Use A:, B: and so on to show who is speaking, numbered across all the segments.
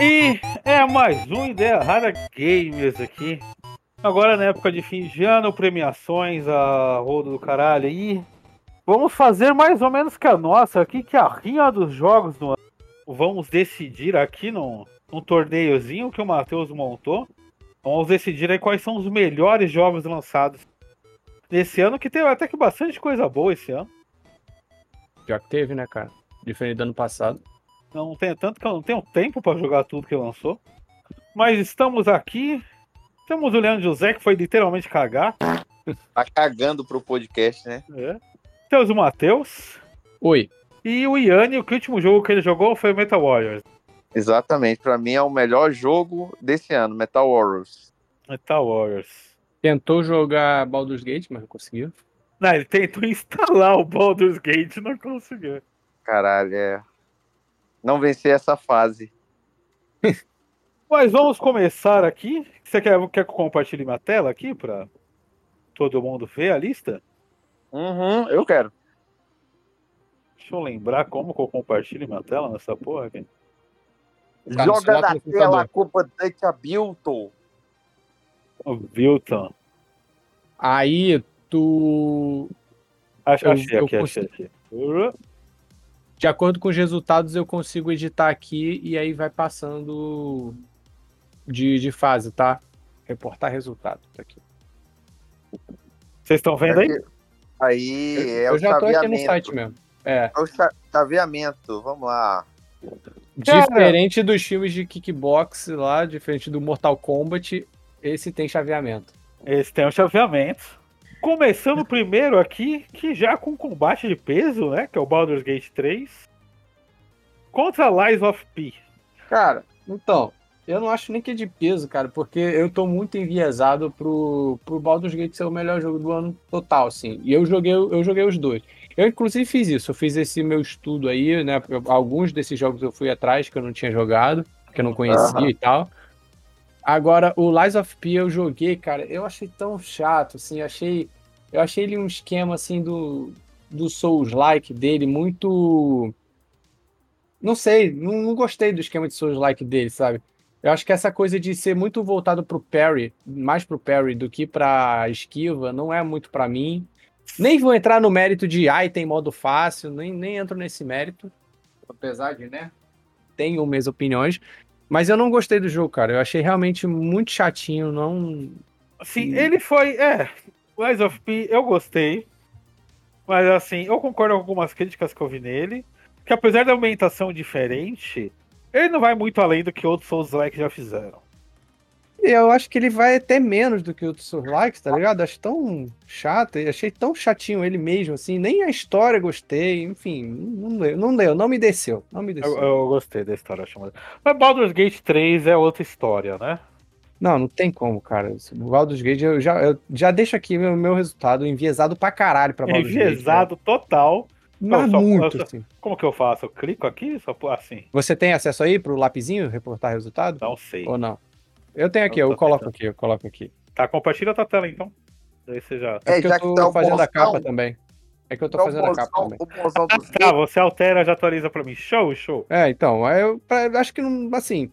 A: E é mais um Ideia Rara Gamers aqui. Agora né, na época de fim de ano, premiações, a roda do caralho aí. Vamos fazer mais ou menos que a nossa aqui, que é a rinha dos jogos do ano. Vamos decidir aqui num, num torneiozinho que o Matheus montou. Vamos decidir aí quais são os melhores jogos lançados nesse ano, que teve até que bastante coisa boa esse ano.
B: Pior que teve, né, cara? Diferente do ano passado.
A: Não tenho tanto que eu não tenho tempo para jogar tudo que lançou. Mas estamos aqui. Temos o Leandro José, que foi literalmente cagar.
C: Tá cagando pro podcast, né?
A: É. Temos o Matheus.
B: Oi.
A: E o Iane, que o último jogo que ele jogou foi o Metal Warriors.
C: Exatamente. Pra mim é o melhor jogo desse ano, Metal Warriors.
A: Metal Warriors.
B: Tentou jogar Baldur's Gate, mas não conseguiu.
A: Não, ele tentou instalar o Baldur's Gate e não conseguiu.
C: Caralho, é. Não vencer essa fase.
A: Mas vamos começar aqui. Você quer, quer que eu compartilhe minha tela aqui para todo mundo ver a lista?
C: Uhum, eu quero.
B: Tá
A: Deixa eu lembrar como que eu compartilho minha tela nessa porra aqui.
B: Cara, isso lá
C: Joga na
B: tem computador.
C: tela, comandante Abilton.
A: O Vilton.
B: Aí tu.
A: Acho,
B: Eu-
A: achei
B: eu
A: aqui, achei aqui. Uhum.
B: De acordo com os resultados, eu consigo editar aqui e aí vai passando de, de fase, tá? Reportar resultado. Tá aqui.
A: Vocês estão vendo aí?
C: Aí é
B: eu
C: o
B: já tô aqui no
C: chaveamento.
B: site mesmo. É.
C: É o cha- chaveamento, vamos lá.
A: Cara.
B: Diferente dos filmes de kickbox lá, diferente do Mortal Kombat, esse tem chaveamento.
A: Eles têm um chaveamento. Começando primeiro aqui, que já com combate de peso, né? Que é o Baldur's Gate 3. Contra Lies of P.
B: Cara, então, eu não acho nem que é de peso, cara, porque eu tô muito enviesado pro, pro Baldur's Gate ser o melhor jogo do ano total, assim. E eu joguei, eu joguei os dois. Eu, inclusive, fiz isso. Eu fiz esse meu estudo aí, né? porque Alguns desses jogos eu fui atrás que eu não tinha jogado, que eu não conhecia
C: Aham.
B: e tal. Agora, o Lies of P eu joguei, cara, eu achei tão chato, assim, eu achei. Eu achei ele um esquema assim do, do Souls-like dele muito. Não sei, não, não gostei do esquema de Souls-like dele, sabe? Eu acho que essa coisa de ser muito voltado pro parry, mais pro parry do que pra esquiva, não é muito pra mim. Nem vou entrar no mérito de ai, tem modo fácil, nem, nem entro nesse mérito. Apesar de, né? Tenho minhas opiniões. Mas eu não gostei do jogo, cara. Eu achei realmente muito chatinho, não.
A: Assim,
B: Hum.
A: ele foi. É. Lies of P eu gostei. Mas assim, eu concordo com algumas críticas que eu vi nele. Que apesar da aumentação diferente, ele não vai muito além do que outros Souls like já fizeram.
B: Eu acho que ele vai até menos do que o Surlikes, tá ligado? Acho tão chato, eu achei tão chatinho ele mesmo, assim, nem a história gostei, enfim, não deu, não deu, não me desceu, não me
A: Eu,
B: desceu.
A: eu gostei da história chamada. Mas Baldur's Gate 3 é outra história, né?
B: Não, não tem como, cara. O Baldur's Gate, eu já, eu já deixo aqui meu, meu resultado enviesado pra caralho pra Baldur's Gate. é.
A: Enviesado total.
B: Mas
A: Eu só- eu
B: muito,
A: só-
B: assim.
A: Como que eu faço? Eu clico aqui? Só pô- assim? um
B: Você tem acesso aí pro lapizinho reportar resultado?
A: Não sei.
B: Ou não? Eu tenho aqui,
A: Tá Eu
B: eu,
A: tô
B: coloco
A: tentando.
B: aqui, eu coloco aqui.
A: Tá, compartilha a tua tela então. Daí você já.
C: É,
B: Porque
C: já
B: eu tô
C: que tá o
B: fazendo a
C: bonzão,
B: capa também. É que eu tô
C: tá o
B: fazendo a capa
C: bonzão-
B: também.
C: o bonzão dos
A: Tá, você altera, já atualiza pra mim. Show, show.
B: É, então, aí eu pra- eu acho que não, assim,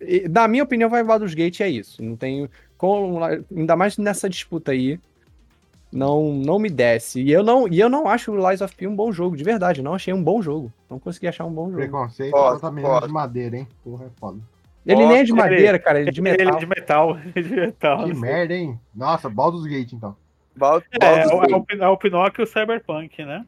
B: e- na minha opinião, vai Baldur's Gate é isso. Não tem como, ainda mais nessa disputa aí, não não me desce. E eu não, e eu não acho o Lies of P um bom jogo, de verdade, não achei um bom jogo. Não consegui achar um bom jogo.
D: Preconceito
C: Foda,
D: ela tá menina
C: foda.
D: de madeira, hein? Porra, é foda.
B: Ele nem é de
A: Nossa,
B: madeira, cara, ele é de
A: Ele
B: metal.
A: é de metal. ele é de metal.
D: Que merda, hein? Nossa, Baldur's Gate, então.
C: Bal-
A: É, é,
C: Baldur's
A: o, é,
C: Gate.
A: o, Pin- é o Pinóquio e o Cyberpunk, né?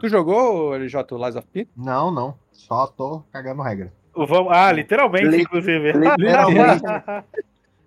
B: Tu jogou, LJ, o Lies of P?
D: Não, não. Só tô cagando regra.
A: O vamos...
D: É.
A: Ah, literalmente,
C: Li-
A: inclusive.
C: literalmente.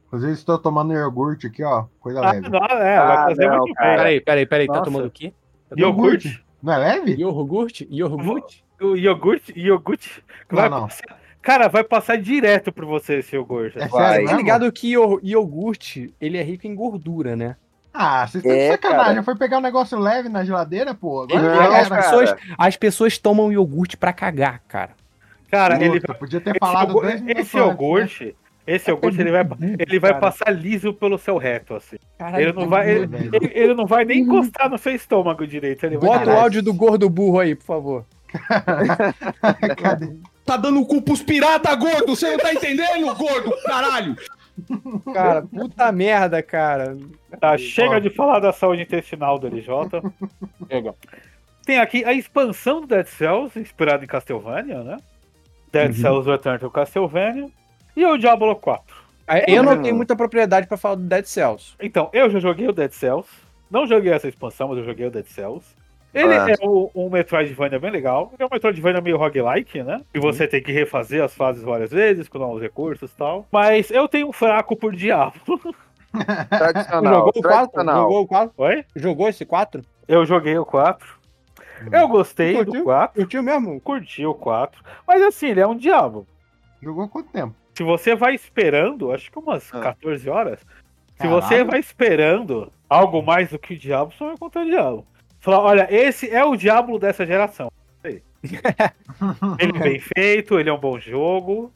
D: Inclusive, estou tomando iogurte aqui, ó. Coisa
A: ah,
D: leve.
A: não, é,
C: Ah,
A: vai fazer
C: não,
A: muito
C: cara.
A: bem.
B: Peraí, peraí, peraí, tá
A: Nossa.
B: tomando o quê? Tá tomando
A: Iogurte?
D: Não é leve?
B: Iogurte? Iogurte?
A: O iogurte? Iogurte?
D: Não, não.
A: passar- Cara, vai passar direto por você, seu gordo.
D: É
C: Vai.
D: sério
B: Tá
D: mesmo?
B: ligado que iog- iogurte, ele é rico em gordura, né?
D: Ah, vocês estão
C: É,
D: de sacanagem.
C: cara.
D: Foi pegar um negócio leve na geladeira, pô. Agora
C: Não,
D: já
B: as,
D: era.
C: cara.
B: pessoas, as pessoas tomam iogurte pra cagar, cara.
A: Cara, ele
D: Puta, Podia ter
A: esse,
D: é falado
A: iogurte-
D: dois né? minutos
A: esse
D: antes,
A: iogurte,
D: É
A: é esse iogurte, ele vai, ele vai
B: cara.
A: passar liso pelo seu reto, assim.
B: Caralho,
A: Ele não vai,
D: né,
A: ele,
D: velho?
A: ele- ele não vai nem encostar no seu estômago direito. Ele vai
B: Bota o
A: direto.
B: áudio do gordo burro aí, por favor.
D: Cadê?
E: Tá dando cu pros pirata, gordo! Você não tá entendendo, gordo? Caralho!
B: Cara, puta merda, cara.
A: Tá, chega de falar da saúde intestinal do LJ.
B: Chega.
A: Tem aqui a expansão do Dead Cells, inspirada em Castlevania, né? Dead Cells Return to Castlevania. E o Diablo 4.
B: Eu não tenho muita propriedade pra falar do Dead Cells.
A: Então, eu já joguei o Dead Cells. Não joguei essa expansão, mas eu joguei o Dead Cells. Ele
C: Ah.
A: é o- um Metroidvania bem legal. Ele é um Metroidvania meio roguelike, né? E você tem que refazer as fases várias vezes, com novos recursos e tal. Mas eu tenho um fraco por Diablo.
C: Tradicional,
B: jogou o 4?
C: tradicional.
B: Jogou o 4?
A: Oi?
B: Jogou esse 4?
A: Eu joguei o 4. Eu gostei
B: Tu
A: do
B: Hum. curtiu?
A: 4.
B: Curtiu mesmo?
A: Curti o 4. Mas assim, ele é um diabo.
D: Jogou quanto tempo?
A: Se você vai esperando, acho que umas
C: Ah.
A: 14 horas. Se
D: Caralho.
A: você vai esperando algo mais do que o diabo, você vai contra o diabo. Falar, olha, esse é o diabo dessa geração. Aí. ele é bem feito, ele é um bom jogo.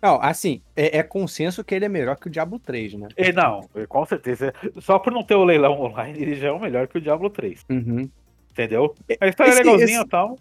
B: Não, assim, é, é consenso que ele é melhor que o Diablo 3, né?
A: E não, com certeza. Só por não ter o leilão online, ele já é o melhor que o Diablo 3.
B: Uhum.
A: Entendeu? A história
B: Esse-
A: é legalzinha
B: esse-
A: e tal.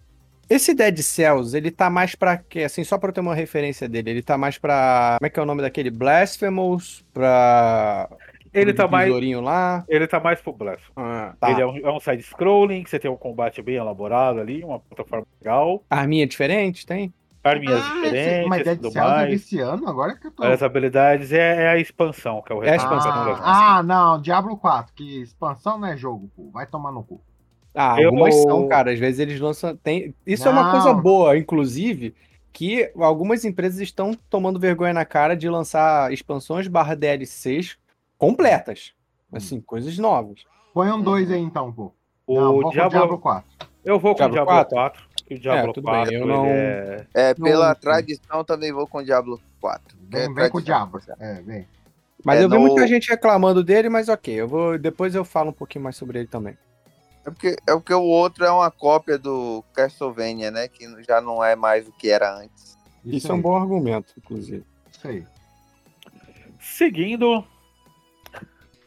B: Esse Dead Cells, ele tá mais pra quê? Assim, só pra eu ter uma referência dele, ele tá mais pra. Como é que é o nome daquele? Blasphemous? Pra.
A: Ele
B: do
A: tá mais.
B: besourinho lá.
A: Ele tá mais pro Blasphemous.
B: Ah, tá.
A: Ele é um, é um side-scrolling, que você tem um combate bem elaborado ali, uma plataforma legal,
B: Arminha é diferente, tem?
A: arminhas
D: Ah, esse-
A: diferentes
D: mas
A: e
D: Dead
A: tudo
D: Cells é
A: mais.
D: desse ano? Agora que eu tô...
A: As habilidades é, é a expansão, que é o
B: É a
A: resto.
B: expansão, né?
D: Ah, ah, não, Diablo 4, que expansão não é jogo, pô. Vai tomar no cu.
B: Ah,
A: Eu-
B: algumas são, cara. Às vezes eles lançam. Tem... Isso é uma
D: Não.
B: coisa boa, inclusive, que algumas empresas estão tomando vergonha na cara de lançar expansões barra DLCs completas. Assim, coisas novas.
D: Põe um 2 aí então, pô. Não,
A: O
D: vou com
A: Diablo,
D: 4.
A: Eu vou com o
B: Diablo
A: Diablo 4.
B: 4?
A: que o Diablo
B: É, tudo bem,
A: 4
B: eu
A: ele
B: não-
A: é...
C: É, pela
B: Não.
C: tradição também vou com o Diablo 4.
D: Vem,
C: É
D: vem com
C: tradição.
D: o Diablo. É, vem.
B: Mas
C: É,
B: eu vi
C: não-
B: muita gente reclamando dele, mas ok, eu vou depois eu falo um pouquinho mais sobre ele também.
C: É porque, é porque o outro é uma cópia do Castlevania, né? Que já não é mais o que era antes.
B: Isso, é um
D: aí,
B: bom argumento, inclusive.
D: Isso aí.
A: Seguindo,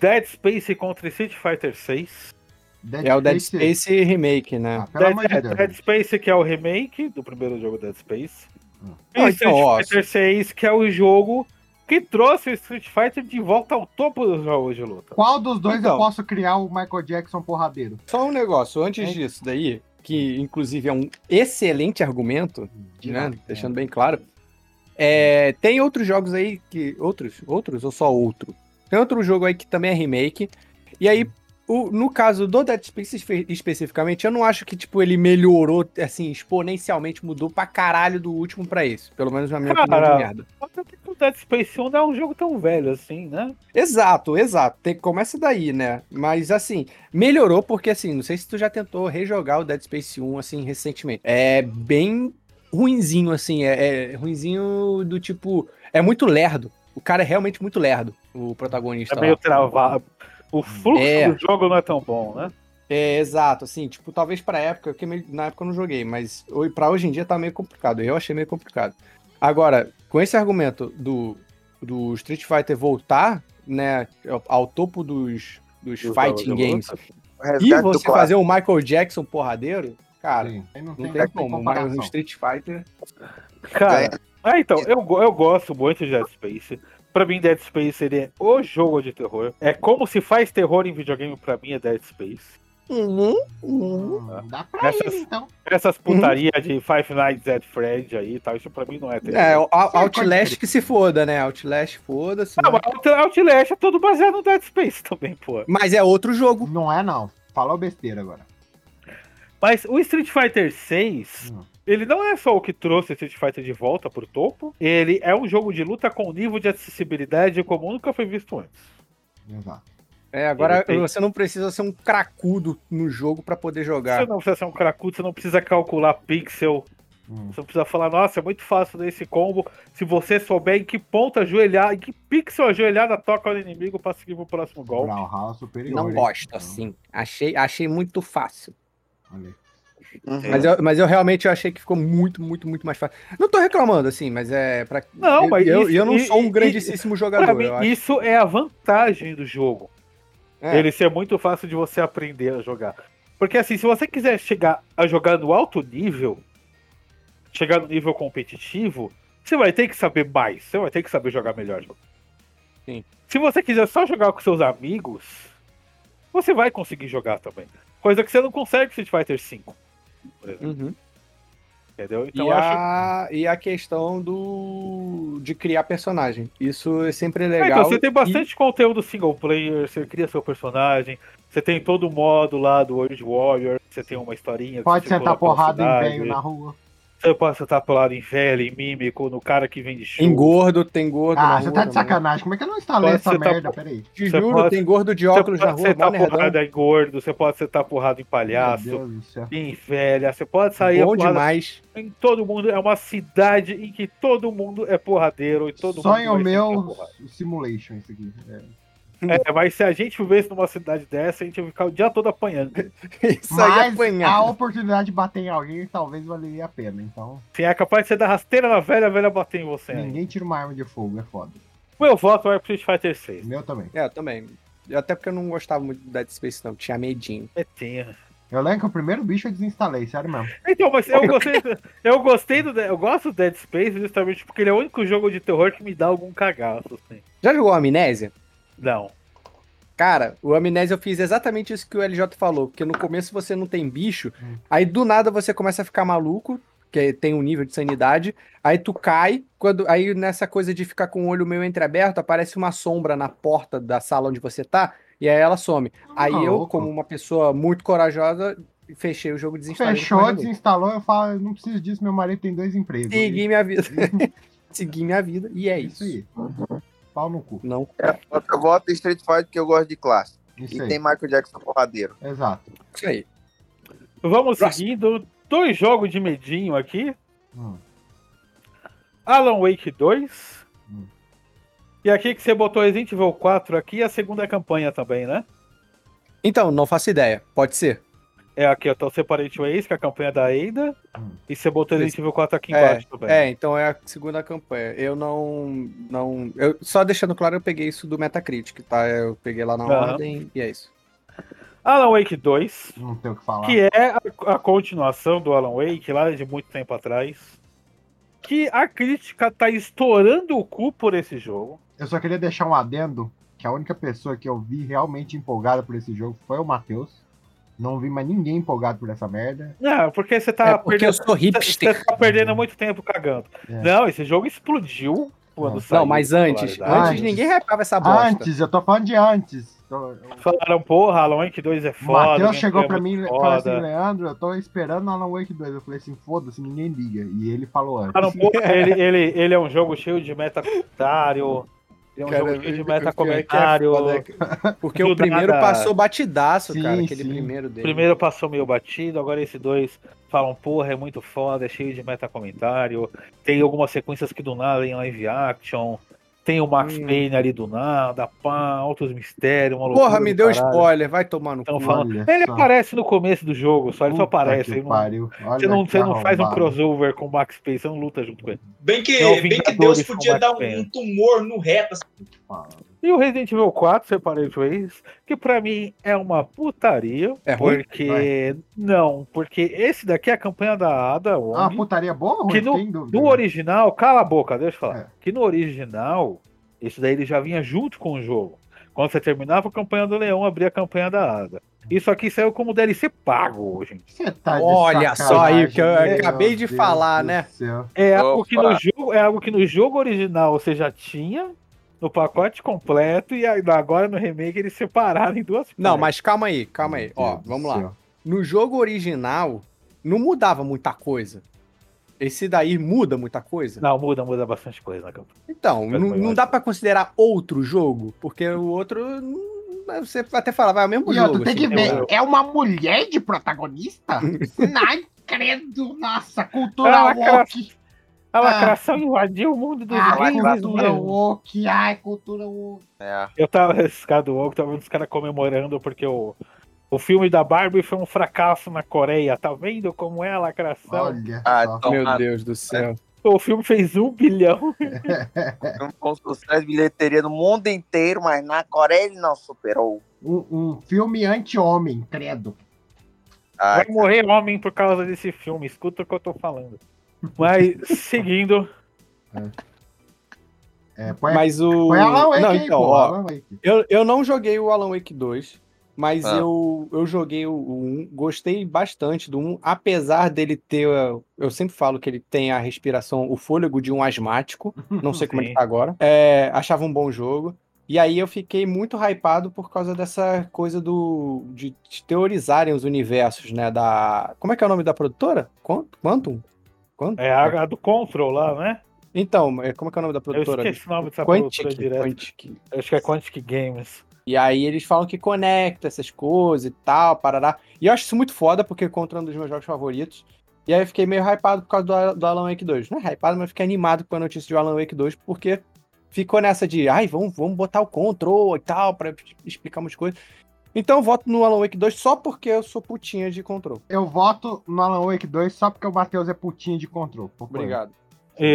A: Dead Space contra Street Fighter 6.
D: Dead
B: É o Dead Space remake, né?
D: Ah, pelo
A: Dead,
D: amor de Deus.
A: Dead Space, que é o remake do primeiro jogo Dead Space.
D: Hum.
A: E
B: Ah, então,
A: Street
B: ó,
A: Fighter 6, que é o jogo que trouxe o Street Fighter de volta ao topo dos jogos de luta.
D: Qual dos dois
B: Então.
D: eu posso criar o Michael Jackson porradeiro?
B: Só um negócio, antes
D: É.
B: disso daí, que inclusive é um excelente argumento,
D: De
B: né?
D: nada.
B: Deixando bem claro. É, tem outros jogos aí que. Outros? Outros ou só outro? Tem outro jogo aí que também é remake. E aí, o- no caso do Dead Space espe- especificamente, eu não acho que, tipo, ele melhorou, assim, exponencialmente, mudou pra caralho do último pra esse. Pelo menos na minha opinião
A: Cara,
B: de merda.
A: Até que o Dead Space 1 não é um jogo tão velho assim, né?
B: Exato, exato. Tem, começa daí, né? Mas assim, melhorou porque assim, não sei se tu já tentou rejogar o Dead Space 1 assim recentemente. É bem ruinzinho assim, é, é ruinzinho do tipo, é muito lerdo. O cara é realmente muito lerdo, o protagonista.
A: É meio
B: lá.
A: travado. O fluxo
B: Então. É.
A: do jogo não é tão bom, né?
B: É, exato, assim, tipo, talvez pra época, porque meio- na época eu não joguei, mas ho- pra hoje em dia tá meio complicado. Eu achei meio complicado. Agora, com esse argumento do, do Street Fighter voltar, né, ao, ao topo dos, dos
A: Dos
B: fighting
A: jogos de
B: games
C: O resgate
B: e você
C: do clássico.
B: fazer um Michael Jackson porradeiro, cara,
D: Sim. Aí não
B: não
D: tem,
B: tem
D: não tem
B: como. Mas o
D: comparação.
B: Street Fighter.
C: É.
A: Cara, ah, então, eu, go- eu gosto muito de Dead Space. Pra mim, Dead Space ele é o jogo de terror. É como se faz terror em videogame, pra mim é Dead Space.
D: Hum, dá pra
A: Essas-
D: ele, então.
A: Essas putaria de Five Nights at Fred aí e tal, isso pra mim não é terror.
B: É, o- a-
D: Sim, pode
B: Outlast
D: crer.
B: que se foda, né? Outlast foda-se.
A: Não,
B: né?
A: mas Out- Outlast é tudo baseado no Dead Space também, pô.
B: Mas é outro jogo.
D: Não é, não. Falou besteira agora.
A: Mas o Street Fighter 6,
D: Hum.
A: ele não é só o que trouxe o Street Fighter de volta pro topo, ele é um jogo de luta com nível de acessibilidade como nunca foi visto antes.
D: Exato.
B: É, agora
A: Ele tem-
B: você não precisa ser um cracudo no jogo pra poder jogar.
A: Você não precisa ser um cracudo, você não precisa calcular pixel,
D: Hum.
A: Você não precisa falar, nossa, é muito fácil dar esse combo se você souber em que ponta ajoelhar, em que pixel ajoelhada toca o inimigo pra seguir pro próximo golpe.
D: Brawlhalla superior.
F: Não
D: hein?
A: então.
D: Então,
F: gosto assim. Achei, achei muito fácil.
D: Olha aí.
A: É.
C: Uhum.
F: Mas eu, mas eu realmente eu achei que ficou muito, muito, muito mais fácil. Não tô reclamando, assim, mas é. Pra...
A: Não,
F: eu,
A: mas
F: Eu,
A: isso-
F: eu não
A: e-
F: sou
A: e-
F: um grandíssimo
A: Pra
F: jogador.
A: mim,
F: eu acho.
A: isso é a vantagem do jogo.
F: É.
A: Ele ser muito fácil de você aprender a jogar. Porque assim, se você quiser chegar a jogar no alto nível, chegar no nível competitivo, você vai ter que saber mais, você vai ter que saber jogar melhor.
B: Sim.
A: Se você quiser só jogar com seus amigos, você vai conseguir jogar também. Coisa que você não consegue se Fighter 5. Por exemplo,
F: Uhum.
A: entendeu? Então
B: e,
A: eu acho.
B: a, e a questão do de criar personagem. Isso é sempre legal.
A: É, então você tem
B: E-
A: bastante conteúdo single player, você cria seu personagem, você tem todo o modo lá do World Warrior, você tem uma historinha. que
D: Pode
B: Tipo,
A: circula
D: sentar
A: pela
D: porrada em
A: cidade.
D: velho na rua.
A: Você pode sentar pro lado em velho, em mímico, no cara que vende show.
B: Tem gordo, tem gordo. na
D: Ah, você
B: rua
D: tá
B: também.
D: de sacanagem. Como é que eu não instalei
A: Pode
D: essa
A: sentar
D: merda? Peraí.
B: Te
A: Você
B: juro,
A: pode-
B: tem gordo de
A: Você
B: óculos na
A: pode
B: rua, mó
A: sentar
B: nerdão.
A: porrada em gordo, você pode sentar porrada em
D: Meu
A: palhaço,
D: Deus do céu.
A: em velha, você pode sair a
B: Bom
A: porrada
B: demais.
A: em todo mundo. É uma cidade em que todo mundo é porradeiro e todo
D: Sonho
A: mundo. vai sentar
D: meu
A: porrada.
D: simulation, isso aqui. É.
A: É, mas se a gente vivesse numa cidade dessa, a gente ia ficar o dia todo apanhando.
F: Isso aí é
D: Mas a
F: apanhar.
D: oportunidade de bater em alguém talvez valeria a pena. Então,
A: Assim, é capaz de você dar rasteira na velha, a velha bater em você.
B: Uhum.
A: ainda.
D: ninguém tira uma arma de fogo, é foda.
A: Meu voto vai pro Street Fighter 6.
D: Meu também.
B: É, eu também. Até porque eu não gostava muito do Dead Space, não. Tinha medinho.
A: É tenra.
D: Eu lembro que o primeiro bicho eu desinstalei, sério mesmo.
A: Então, mas eu gostei, eu gostei do. Eu gosto do Dead Space justamente porque ele é o único jogo de terror que me dá algum cagaço, assim.
B: Já jogou Amnésia?
A: Não.
B: Cara, o Amnésia eu fiz exatamente isso que o LJ falou, porque no começo você não tem bicho, aí do nada você começa a ficar maluco, que tem um nível de sanidade, aí tu cai, quando aí nessa coisa de ficar com o olho meio entreaberto, aparece uma sombra na porta da sala onde você tá, e aí ela some. aí eu,
D: Ah, louco.
B: como uma pessoa muito corajosa, fechei o jogo e desinstalei. nunca mais
D: Fechou,
B: joguei.
D: desinstalou, eu falo, não preciso disso, meu marido tem dois empregos.
B: Segui minha vida. Segui minha vida, e é isso.
D: aí. Pau no cu.
B: Não.
C: Eu voto em Street Fighter porque eu gosto de clássico. E
D: Isso aí.
C: tem Michael Jackson porradeiro.
D: Exato.
B: Isso aí.
A: Vamos
B: Próximo.
A: seguindo. Dois jogos de medinho aqui:
D: Hum.
A: Alan Wake 2.
D: Hum.
A: E aqui que você botou Resident Evil 4 aqui, e a segunda campanha também, né?
B: Então, não faço ideia. Pode ser.
A: É aqui, eu tô separei o Ace, que é a campanha da Ada.
D: Hum.
A: E você botou Resident Evil 4 aqui
B: É,
A: embaixo também.
B: É, então é a segunda campanha. Eu não. não eu, só deixando claro, eu peguei isso do Metacritic, tá? Eu peguei lá na
A: Aham.
B: ordem e é isso.
A: Alan Wake 2.
D: Não tem o que falar.
A: Que é a, a continuação do Alan Wake, lá de muito tempo atrás. Que a crítica tá estourando o cu por esse jogo.
D: Eu só queria deixar um adendo, que a única pessoa que eu vi realmente empolgada por esse jogo foi o Matheus. Não vi mais ninguém empolgado por essa merda.
A: Não, porque você tá
B: é porque eu
A: perdendo.
B: sou hipster.
A: Você tá perdendo muito tempo cagando.
D: É.
A: Não, esse jogo explodiu quando
D: Não,
A: saiu.
B: não, mas antes.
A: popularidade.
B: Antes ninguém hypava
D: Ah,
B: essa Tá bosta.
D: Antes, eu tô falando de antes. Tô-
A: Falaram, porra, Alan Wake 2 é
D: O
A: foda.
D: Matheus
A: gameplay
D: chegou
A: é
D: pra
A: muito
D: mim e
A: foda.
D: falou assim, Leandro, eu tô esperando Alan Wake 2. Eu falei assim, foda-se, ninguém liga. E ele falou antes.
A: Falaram, porra, ele, ele, ele é um jogo cheio de meta comentário. Ele é um jogo cheio de meta comentário.
B: Porque o
A: Do
B: primeiro
A: nada.
B: passou batidaço,
D: Sim,
B: cara. Aquele
D: sim.
B: primeiro dele.
A: Primeiro passou meio batido, agora esse dois falam, porra, é muito foda, é cheio de metacomentário. Tem algumas sequências que do nada em live action. Tem o Max
B: Hum.
A: Payne ali do nada, pá, altos mistérios, uma loucura.
B: Porra, me deu
A: caralho.
B: spoiler, vai tomar no
A: Então
B: cu.
A: fala-
D: Olha
A: Ele
D: né? só.
A: aparece no começo do jogo, só ele só
D: Puta
A: aparece.
D: que
A: ele não-
D: pariu. Olha
A: você não,
D: que
A: você não faz um
D: arrombado.
A: crossover com o Max Payne, você não luta junto com ele.
G: Bem que,
A: Não,
G: bem que
A: Vingadores
G: Deus podia
A: Combat
G: dar um
A: Fênix.
G: tumor no reto. assim.
A: E o Resident Evil 4, separei de vez, que pra mim é uma putaria.
B: É ruim?
A: porque. Não, porque esse daqui é a campanha da Ada
D: É uma
A: Wong.
D: putaria boa ou ruim?
A: Que no-
D: Sem dúvida.
A: No original, cala a boca, deixa eu falar.
D: É.
A: Que no original, isso daí ele já vinha junto com o jogo. Quando você terminava a campanha do Leão, abria a campanha da Ada. Isso aqui saiu como DLC pago, gente.
D: Você tá de
B: Olha só
D: sacanagem,
B: aí, que eu
D: meu
B: acabei de
D: Deus
B: falar,
D: do
B: né?
D: céu.
A: É algo, que no
C: Opa.
A: jogo, é algo que no jogo original você já tinha no pacote completo e aí agora no remake eles separaram em duas
B: Não,
A: partes.
B: mas calma aí, calma aí.
D: Meu
B: Ó,
D: Deus do
B: vamos lá.
D: céu.
B: no jogo original não mudava muita coisa. Esse daí muda muita coisa.
A: Não, muda, muda bastante coisa na campanha.
B: Então,
A: Mas
B: não,
A: melhor.
B: não dá pra considerar outro jogo, porque o outro não- você até falava, é o mesmo
D: E ó,
B: jogo.
D: tu tem que
B: assim,
D: ver,
B: né?
D: é uma mulher de protagonista? Nice. credo, nossa,
A: A
D: cultura
A: lacra-
D: woke.
A: A lacração invadiu o mundo dos
D: Ah,
A: games.
D: cultura
A: mano.
D: woke, ai, cultura woke.
C: É.
A: Eu tava, esse cara do Walk, tava vendo os caras comemorando porque o, o filme da Barbie foi um fracasso na Coreia. Tá vendo como é a lacração?
D: Olha
C: Ah,
D: só.
C: então,
B: Meu
C: ah,
B: Deus do céu.
A: O filme fez um bilhão.
D: É.
C: filme com sucesso de bilheteria no mundo inteiro, mas na Coreia ele não superou.
D: Um, um filme anti-homem, credo.
C: Ah,
A: Vai
C: cara.
A: morrer homem por causa desse filme. Escuta o que eu tô falando. Mas, seguindo,
D: É, põe,
B: Mas o.
D: põe Alan Wake
B: Não,
D: aí,
B: então,
D: pô,
B: ó.
D: Alan Wake.
B: Eu, eu não joguei o Alan Wake 2, mas
C: Ah.
B: eu, eu joguei o 1, gostei bastante do 1, apesar dele ter. uh, Eu sempre falo que ele tem a respiração, o fôlego de um asmático. Não sei como ele
A: Sim.
B: tá agora. É, achava um bom jogo. E aí eu fiquei muito hypado por causa dessa coisa do. de teorizarem os universos, né? Da. Como é que é o nome da produtora? Quan- Quantum? Quantum?
A: é a, a do Control lá, né?
B: Então, é, como é que é o nome da
A: Eu
B: produtora?
A: esqueci o nome dessa produtora
B: Quantic.
A: direto.
B: Quantic.
A: Eu Acho que é Quantic Games.
B: E aí eles falam que conecta essas coisas e tal, parará. E eu acho isso muito foda, porque contra um dos meus jogos favoritos. E aí eu fiquei meio hypado por causa do, Al- do Alan Wake 2. Não é hypado, mas fiquei animado com a notícia de Alan Wake 2, porque ficou nessa de, ai, vamos, vamos botar o control e tal, pra explicar umas coisas. Então eu voto no Alan Wake 2 só porque eu sou putinha de control.
D: Eu voto no Alan Wake 2 só porque o Matheus é putinho de controle. Pô, pô.
B: Obrigado.
A: Eu,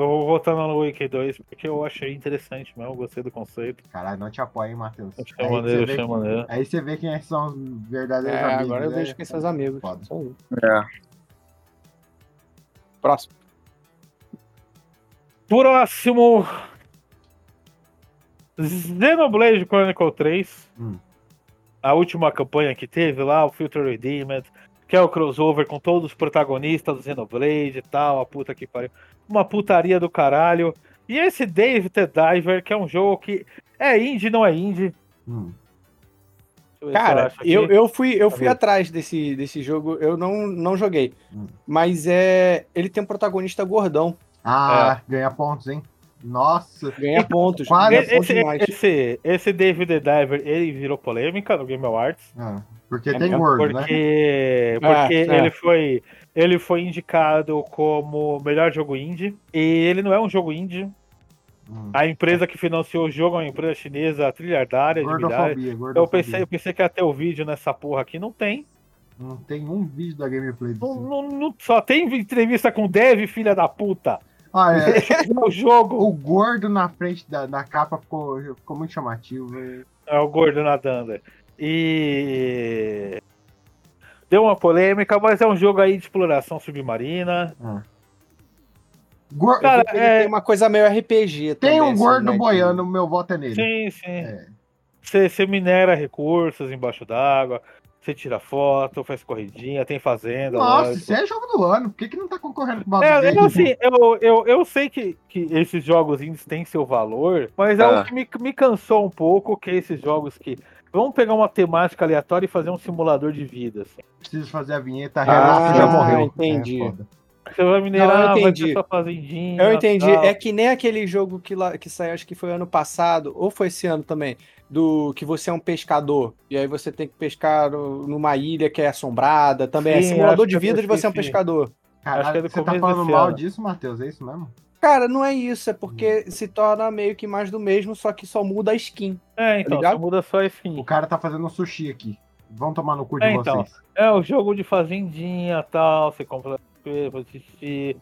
A: eu vou voltar no Alan Wake 2 porque eu achei interessante mesmo, gostei do conceito.
D: Caralho, não te apoia, hein, Matheus.
A: Achei
D: Aí
A: maneiro,
D: você vê
A: achei
D: que-
A: maneiro.
D: Aí você vê quem é são os verdadeiros
B: É,
D: amigos.
B: agora eu
D: né?
B: vejo quem são os amigos.
D: Foda.
B: Só isso.
C: É.
B: Próximo.
A: Próximo. Xenoblade Chronicle 3.
D: Hum.
A: A última campanha que teve lá, o Future Redeemed, que é o crossover com todos os protagonistas do Xenoblade e tal, a puta que pariu. Uma putaria do caralho. E esse Dave the Diver, que é um jogo que é indie, não é indie.
D: Hum.
A: Deixa eu ver se
B: Cara,
A: acho aqui.
B: eu, eu fui, eu fui
A: Cadê?
B: atrás desse, desse jogo, eu não, não joguei.
D: Hum.
B: Mas é. Ele tem um protagonista gordão.
D: Ah, ganha pontos, hein? Nossa.
B: Ganha pontos.
D: quase-
B: Ganha pontos
A: esse,
B: demais.
A: esse, esse Dave the Diver, ele virou polêmica no Game Awards.
D: Ah, porque
B: É
D: tem
B: mesmo,
D: gordo, né?
A: Porque,
B: Ah,
A: porque
B: é.
A: ele, foi, ele foi indicado como melhor jogo indie. E ele não é um jogo indie.
D: Hum.
A: A empresa que financiou o jogo é uma empresa chinesa trilhardária. de milhares.
D: Gordofobia, gordofobia.
A: Eu pensei, eu pensei que ia ter o vídeo nessa porra aqui. Não tem.
D: Não tem um vídeo da gameplay
A: Não,
D: disso.
A: não- não- só tem entrevista com o Dev, filha da puta.
D: Olha,
A: O jogo.
D: Ah, é. o gordo na frente da, da capa ficou, ficou muito chamativo. hein?
A: É o gordo nadando. E. Deu uma polêmica, mas é um jogo aí de exploração submarina.
D: Gor-
A: Cara,
B: Ele
A: é-
B: tem uma coisa meio RPG
D: tem
B: também,
D: um
B: assim,
D: gordo
B: né?
D: boiando, o meu voto é nele.
A: Sim, sim.
D: É.
A: Você você minera recursos embaixo d'água, você tira foto, faz corridinha, tem fazenda.
D: Nossa,
A: lógico.
D: isso é jogo do ano. Por que, que não tá concorrendo com o Baldur's
A: É,
D: Gate?
A: eu, assim, eu, eu, eu sei que, que esses jogos indies têm seu valor, mas é
C: Ah.
A: o que me, me cansou um pouco que esses jogos que. Vamos pegar uma temática aleatória e fazer um simulador de vida. assim.
D: Preciso fazer a vinheta
B: Ah,
D: real que já morreu.
B: entendi.
D: É, foda.
A: Você vai minerar, vai
B: entendi.
A: ter sua fazendinha.
B: Eu entendi.
A: tal.
B: É que nem aquele jogo que, lá, que saiu, acho que foi ano passado, ou foi esse ano também, do que você é um pescador, e aí você tem que pescar no- numa ilha que é assombrada também.
A: Sim,
B: é simulador
A: acho
B: de
A: que eu
B: vida de você é um
A: esqueci.
B: pescador.
A: Acho que é
D: Caralho,
A: do
D: você tá
A: começo
D: falando
A: desse
D: mal
A: ano.
D: disso, Matheus? É isso mesmo?
B: Cara, não é isso, é porque se torna meio que mais do mesmo, só que só muda a skin.
A: É, então,
B: ligado?
A: só muda só esse fim.
D: O cara tá fazendo um sushi aqui. Vão tomar no cu de
A: É, então.
D: vocês.
A: É, o jogo de fazendinha tal, você compra faz xixi,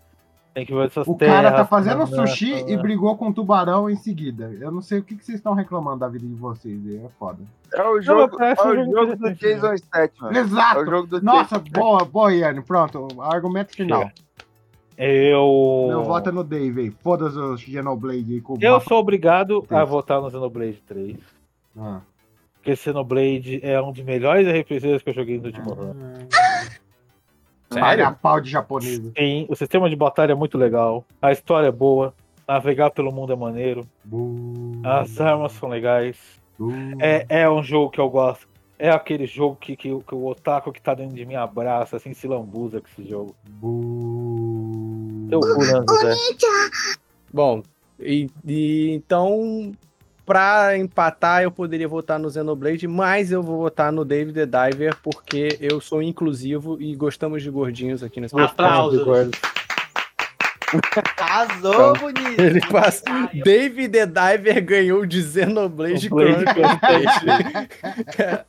A: tem que ver essas
D: O
A: terras.
D: cara tá fazendo
A: né,
D: sushi e brigou com um tubarão em seguida. Eu não sei o que, que vocês estão reclamando da vida de vocês. aí, É foda.
C: É o
A: Não,
C: jogo,
A: mas parece
C: é
A: um
C: o
A: jogo
C: jogo do
A: interessante, né?
C: Jason Statham. É o
D: Exato!
C: jogo do
D: Nossa,
C: Jason
D: boa, boa, Iane. Pronto, argumento final.
A: Eu.
D: Meu voto é no Dave aí. Foda-se o Xenoblade aí com o
A: Eu
D: papo.
A: sou obrigado a
D: Isso.
A: votar no Xenoblade 3.
D: Ah.
A: Porque Xenoblade é um dos melhores RPGs que eu joguei nos últimos anos.
D: Paga pau de japonês.
A: Sim, o sistema de batalha é muito legal, a história é boa, navegar pelo mundo é maneiro,
D: Bu,
A: as armas são legais.
D: bu. Uhum.
A: É, é um jogo que eu gosto. É aquele jogo que, que, o- que o otaku que tá dentro de mim abraça, assim, se lambuza com esse jogo. né,
D: Bu.
A: Eu furando, Zé.
B: Bom, e, e então pra empatar, eu poderia votar no Xenoblade, mas eu vou votar no David the Diver, porque eu sou inclusivo e gostamos de gordinhos aqui
A: Ah,
B: nesse
G: Aplausos. Arrasou, bonito.
B: Ele passa. David the Diver ganhou de Xenoblade
G: Blade
B: Chronicles.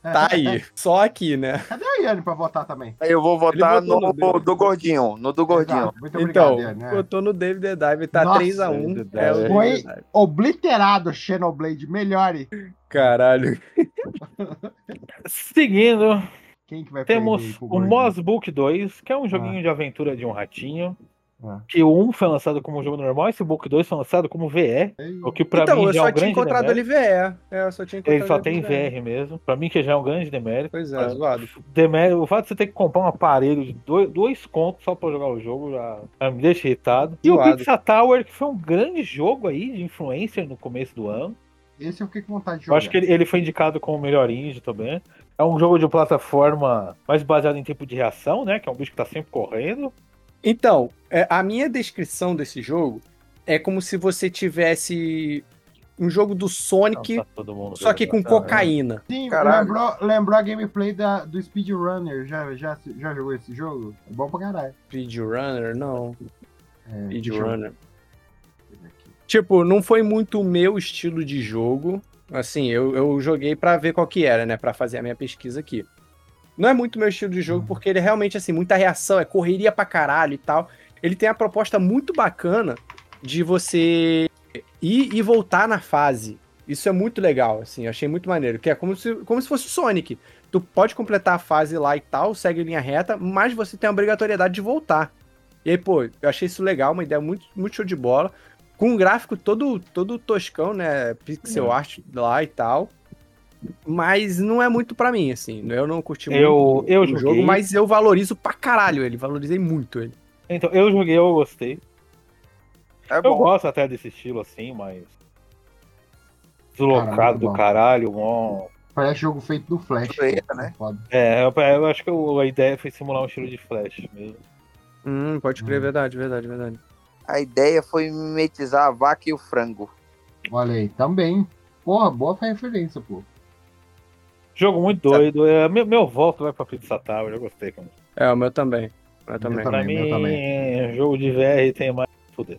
B: tá aí. Só aqui, né?
D: Cadê a Yane pra votar também?
C: Eu vou votar no, do Gordinho, no do Gordinho.
D: Obrigado, muito
B: Então,
D: obrigado, Yane. é.
B: eu tô no David the Diver, tá
D: Nossa,
H: David the
B: 3x1. É o David
D: Foi
B: the Diver.
D: obliterado Xenoblade. Melhore.
B: Caralho.
A: Seguindo,
D: Quem que vai
A: temos
D: perder pro
A: o
D: Gordinho?
A: Moss Book 2, que é um
B: Ah.
A: joguinho de aventura de um ratinho.
D: Ah.
A: Que o 1 foi lançado como um jogo normal, esse Book 2 foi lançado como VE.
D: Ei,
A: O que pra
B: Então,
A: mim
B: eu
A: já é
B: só
A: um
B: tinha
A: grande
B: encontrado
A: demérito.
B: ali VR. É, eu só tinha encontrado
A: Ele só
B: ali
A: tem VR mesmo. Pra mim, que já é um grande demérito.
B: Pois é, zoado.
A: Demérito, o fato de você ter que comprar um aparelho de dois, dois contos só pra jogar o jogo já, já me deixa irritado. E o
B: Zoado.
A: Pizza Tower, que foi um grande jogo aí de influencer no começo do ano.
D: Esse eu fiquei com vontade de
A: Eu
D: jogar.
A: acho que ele, ele foi indicado como o melhor indie também. É um jogo de plataforma mais baseado em tempo de reação, né? Que é um bicho que tá sempre correndo.
B: Então, é, a minha descrição desse jogo é como se você tivesse um jogo do
A: Não,
B: Sonic,
A: tá todo mundo
B: só que com
A: jogando.
B: cocaína.
D: Sim,
C: Caralho.
D: lembrou, lembrou a gameplay da, do Speedrunner. Já, já, já jogou esse jogo? É bom pra caralho.
B: Speedrunner, não.
D: É,
B: Speedrunner.
D: deixa eu ver aqui.
B: Tipo, não foi muito o meu estilo de jogo. Assim, eu, eu joguei pra ver qual que era, né? Pra fazer a minha pesquisa aqui. Não é muito meu estilo de jogo, porque ele é realmente, assim, muita reação, é correria pra caralho e tal. Ele tem a proposta muito bacana de você ir e voltar na fase. Isso é muito legal, assim, eu achei muito maneiro. Que é como se, como se fosse o Sonic. Tu pode completar a fase lá e tal, segue linha reta, mas você tem a obrigatoriedade de voltar. E aí, pô, eu achei isso legal, uma ideia muito, muito show de bola com um gráfico todo, todo toscão, né?
A: Uhum.
B: Pixel art lá e tal. Mas não é muito pra mim, assim. Eu não curti
A: Eu-
B: muito
A: eu
B: o
A: joguei.
B: jogo, mas eu valorizo pra caralho ele. Valorizei muito ele.
A: Então, eu joguei, eu gostei.
C: É
B: Tá
A: Eu
C: bom.
A: gosto até desse estilo assim, mas. Deslocado
D: Caralho,
A: do
D: bom.
A: caralho, bom.
D: Parece jogo feito do Flash.
C: Feito, né?
D: Foda.
A: É, eu, eu acho que o- a ideia foi simular um estilo de flash mesmo.
B: Hum, pode
D: crer,
B: crer, verdade, verdade, verdade.
C: A ideia foi mimetizar a vaca e o frango.
D: Olha aí, também. Porra, boa referência, pô.
A: Jogo muito doido. é, meu, meu voto vai pra Pizza Tower, eu gostei. Cara.
B: É, o meu também. O meu também.
D: também.
A: Pra
D: meu
A: mim, é,
D: também.
A: jogo de VR tem mais. Fuder.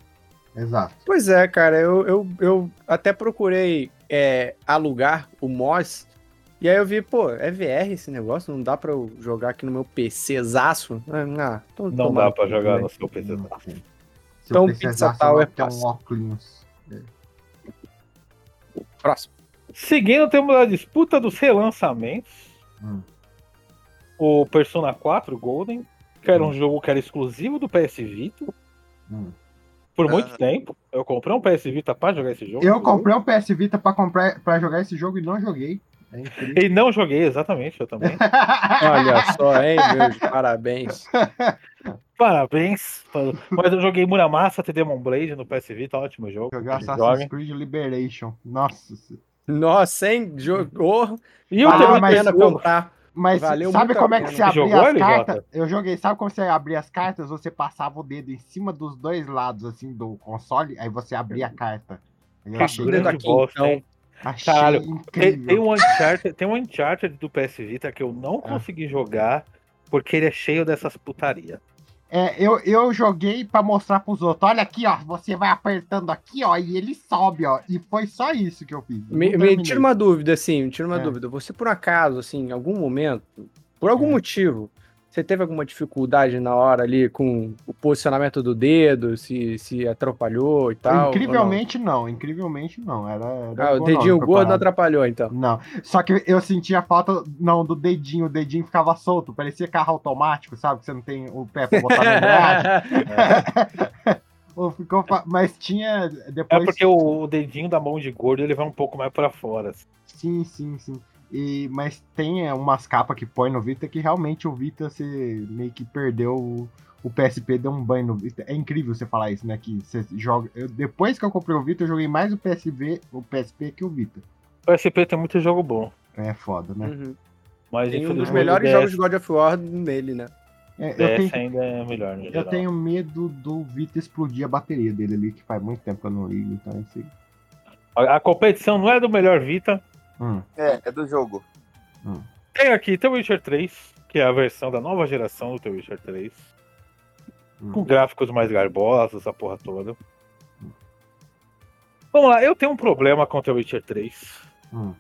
D: Exato.
B: Pois é, cara, eu, eu, eu até procurei é, alugar o Moss. E aí eu vi, pô, é VR esse negócio? Não dá pra eu jogar aqui no meu PC zaço? Ah, tô-
A: Não
B: tomara
A: dá pra
B: que
A: jogar
B: também.
A: no seu PC. não.
D: Hum, Se
B: Então,
D: eu precisar,
B: Pizza Tower
D: é um
B: passa.
D: óculos.
B: Próximo.
A: Seguindo, temos a disputa dos relançamentos.
D: Hum.
A: O Persona 4 Golden, que era um jogo que era exclusivo do PS Vita
D: Hum.
A: por muito tempo. Eu comprei um PS Vita pra jogar esse jogo.
D: Eu comprei um PS Vita pra, comprar, pra jogar esse jogo e não joguei. É incrível.
A: E não joguei, exatamente, eu também.
B: Olha só, hein, meus parabéns.
A: Parabéns. Mas eu joguei Muramasa The Demon Blade no PS Vita, ótimo jogo.
D: Joguei Assassin's
A: Joga.
D: Creed Liberation. Nossa. se-
B: Nossa, hein? Jogou.
A: E eu
D: Ah,
A: tenho
B: Valeu
A: uma
B: a
D: mas
B: pena
A: pena
D: eu-
B: comprar.
D: Mas
B: Valeu
D: sabe
B: muito a
D: como é que
B: pena.
D: você abria
A: Jogou,
D: as
A: LJ?
D: cartas? Eu joguei. Sabe como você abria as cartas? Você passava o dedo em cima dos dois lados, assim, do console, aí você abria a carta. Eu
A: Que
D: achei,
A: grande
B: aqui,
A: bosta,
B: então.
A: hein?
D: achei
A: Tá Caralho, né? Tem, tem
D: incrível.
A: um Uncharted, tem um Uncharted do PS Vita que eu não consegui jogar porque ele é cheio dessas putaria.
D: É, eu, eu joguei pra mostrar pros outros. Olha aqui, ó. Você vai apertando aqui, ó, e ele sobe, ó. E foi só isso que eu fiz.
B: Me,
D: Não
B: me
D: terminei.
B: tira uma dúvida, assim, me tira uma
D: É.
B: dúvida. Você, por acaso, assim, em algum momento, por algum
D: É.
B: motivo, você teve alguma dificuldade na hora ali com o posicionamento do dedo, se, se atrapalhou e tal? ou Tá, não?
D: Incrivelmente não? incrivelmente não. Era, era
B: Ah, o dedinho
D: ergonômico
B: gordo não
D: a parada.
B: atrapalhou, então.
D: Não, só que eu sentia falta, não, do dedinho, o dedinho ficava solto, parecia carro automático, sabe? Que você não tem o pé pra botar na embreagem. Ou ficou fa- Mas tinha
A: É
D: depois...
A: porque o, o dedinho da mão de gordo ele vai um pouco mais pra fora. assim.
D: Sim, sim, sim. E, mas tem é, umas capas que põe no Vita que realmente o Vita você meio que perdeu o, o PSP, deu um banho no Vita. É incrível você falar isso, né? Que você joga. eu- depois que eu comprei o Vita, eu joguei mais o PSV, o PSP que o Vita.
A: O PSP tem muito jogo bom,
D: É foda, né?
B: Uhum.
A: mas
B: Tem um dos
A: infelizmente,
B: melhores
A: o DS
B: jogos de God of War nele, né?
D: É, eu,
A: DS
D: tenho,
A: ainda é melhor. no
D: eu
A: geral.
D: tenho medo do Vita explodir a bateria dele ali, que faz muito tempo que eu não ligo, então é isso aí.
A: A, a competição não é do melhor Vita.
C: É, é do jogo.
A: Tem aqui The Witcher 3, que é a versão da nova geração do The Witcher 3.
D: Hum,
A: Com
D: Uhum.
A: gráficos mais garbosos, a porra toda. Vamos lá, eu tenho um problema com The Witcher 3.
D: hum.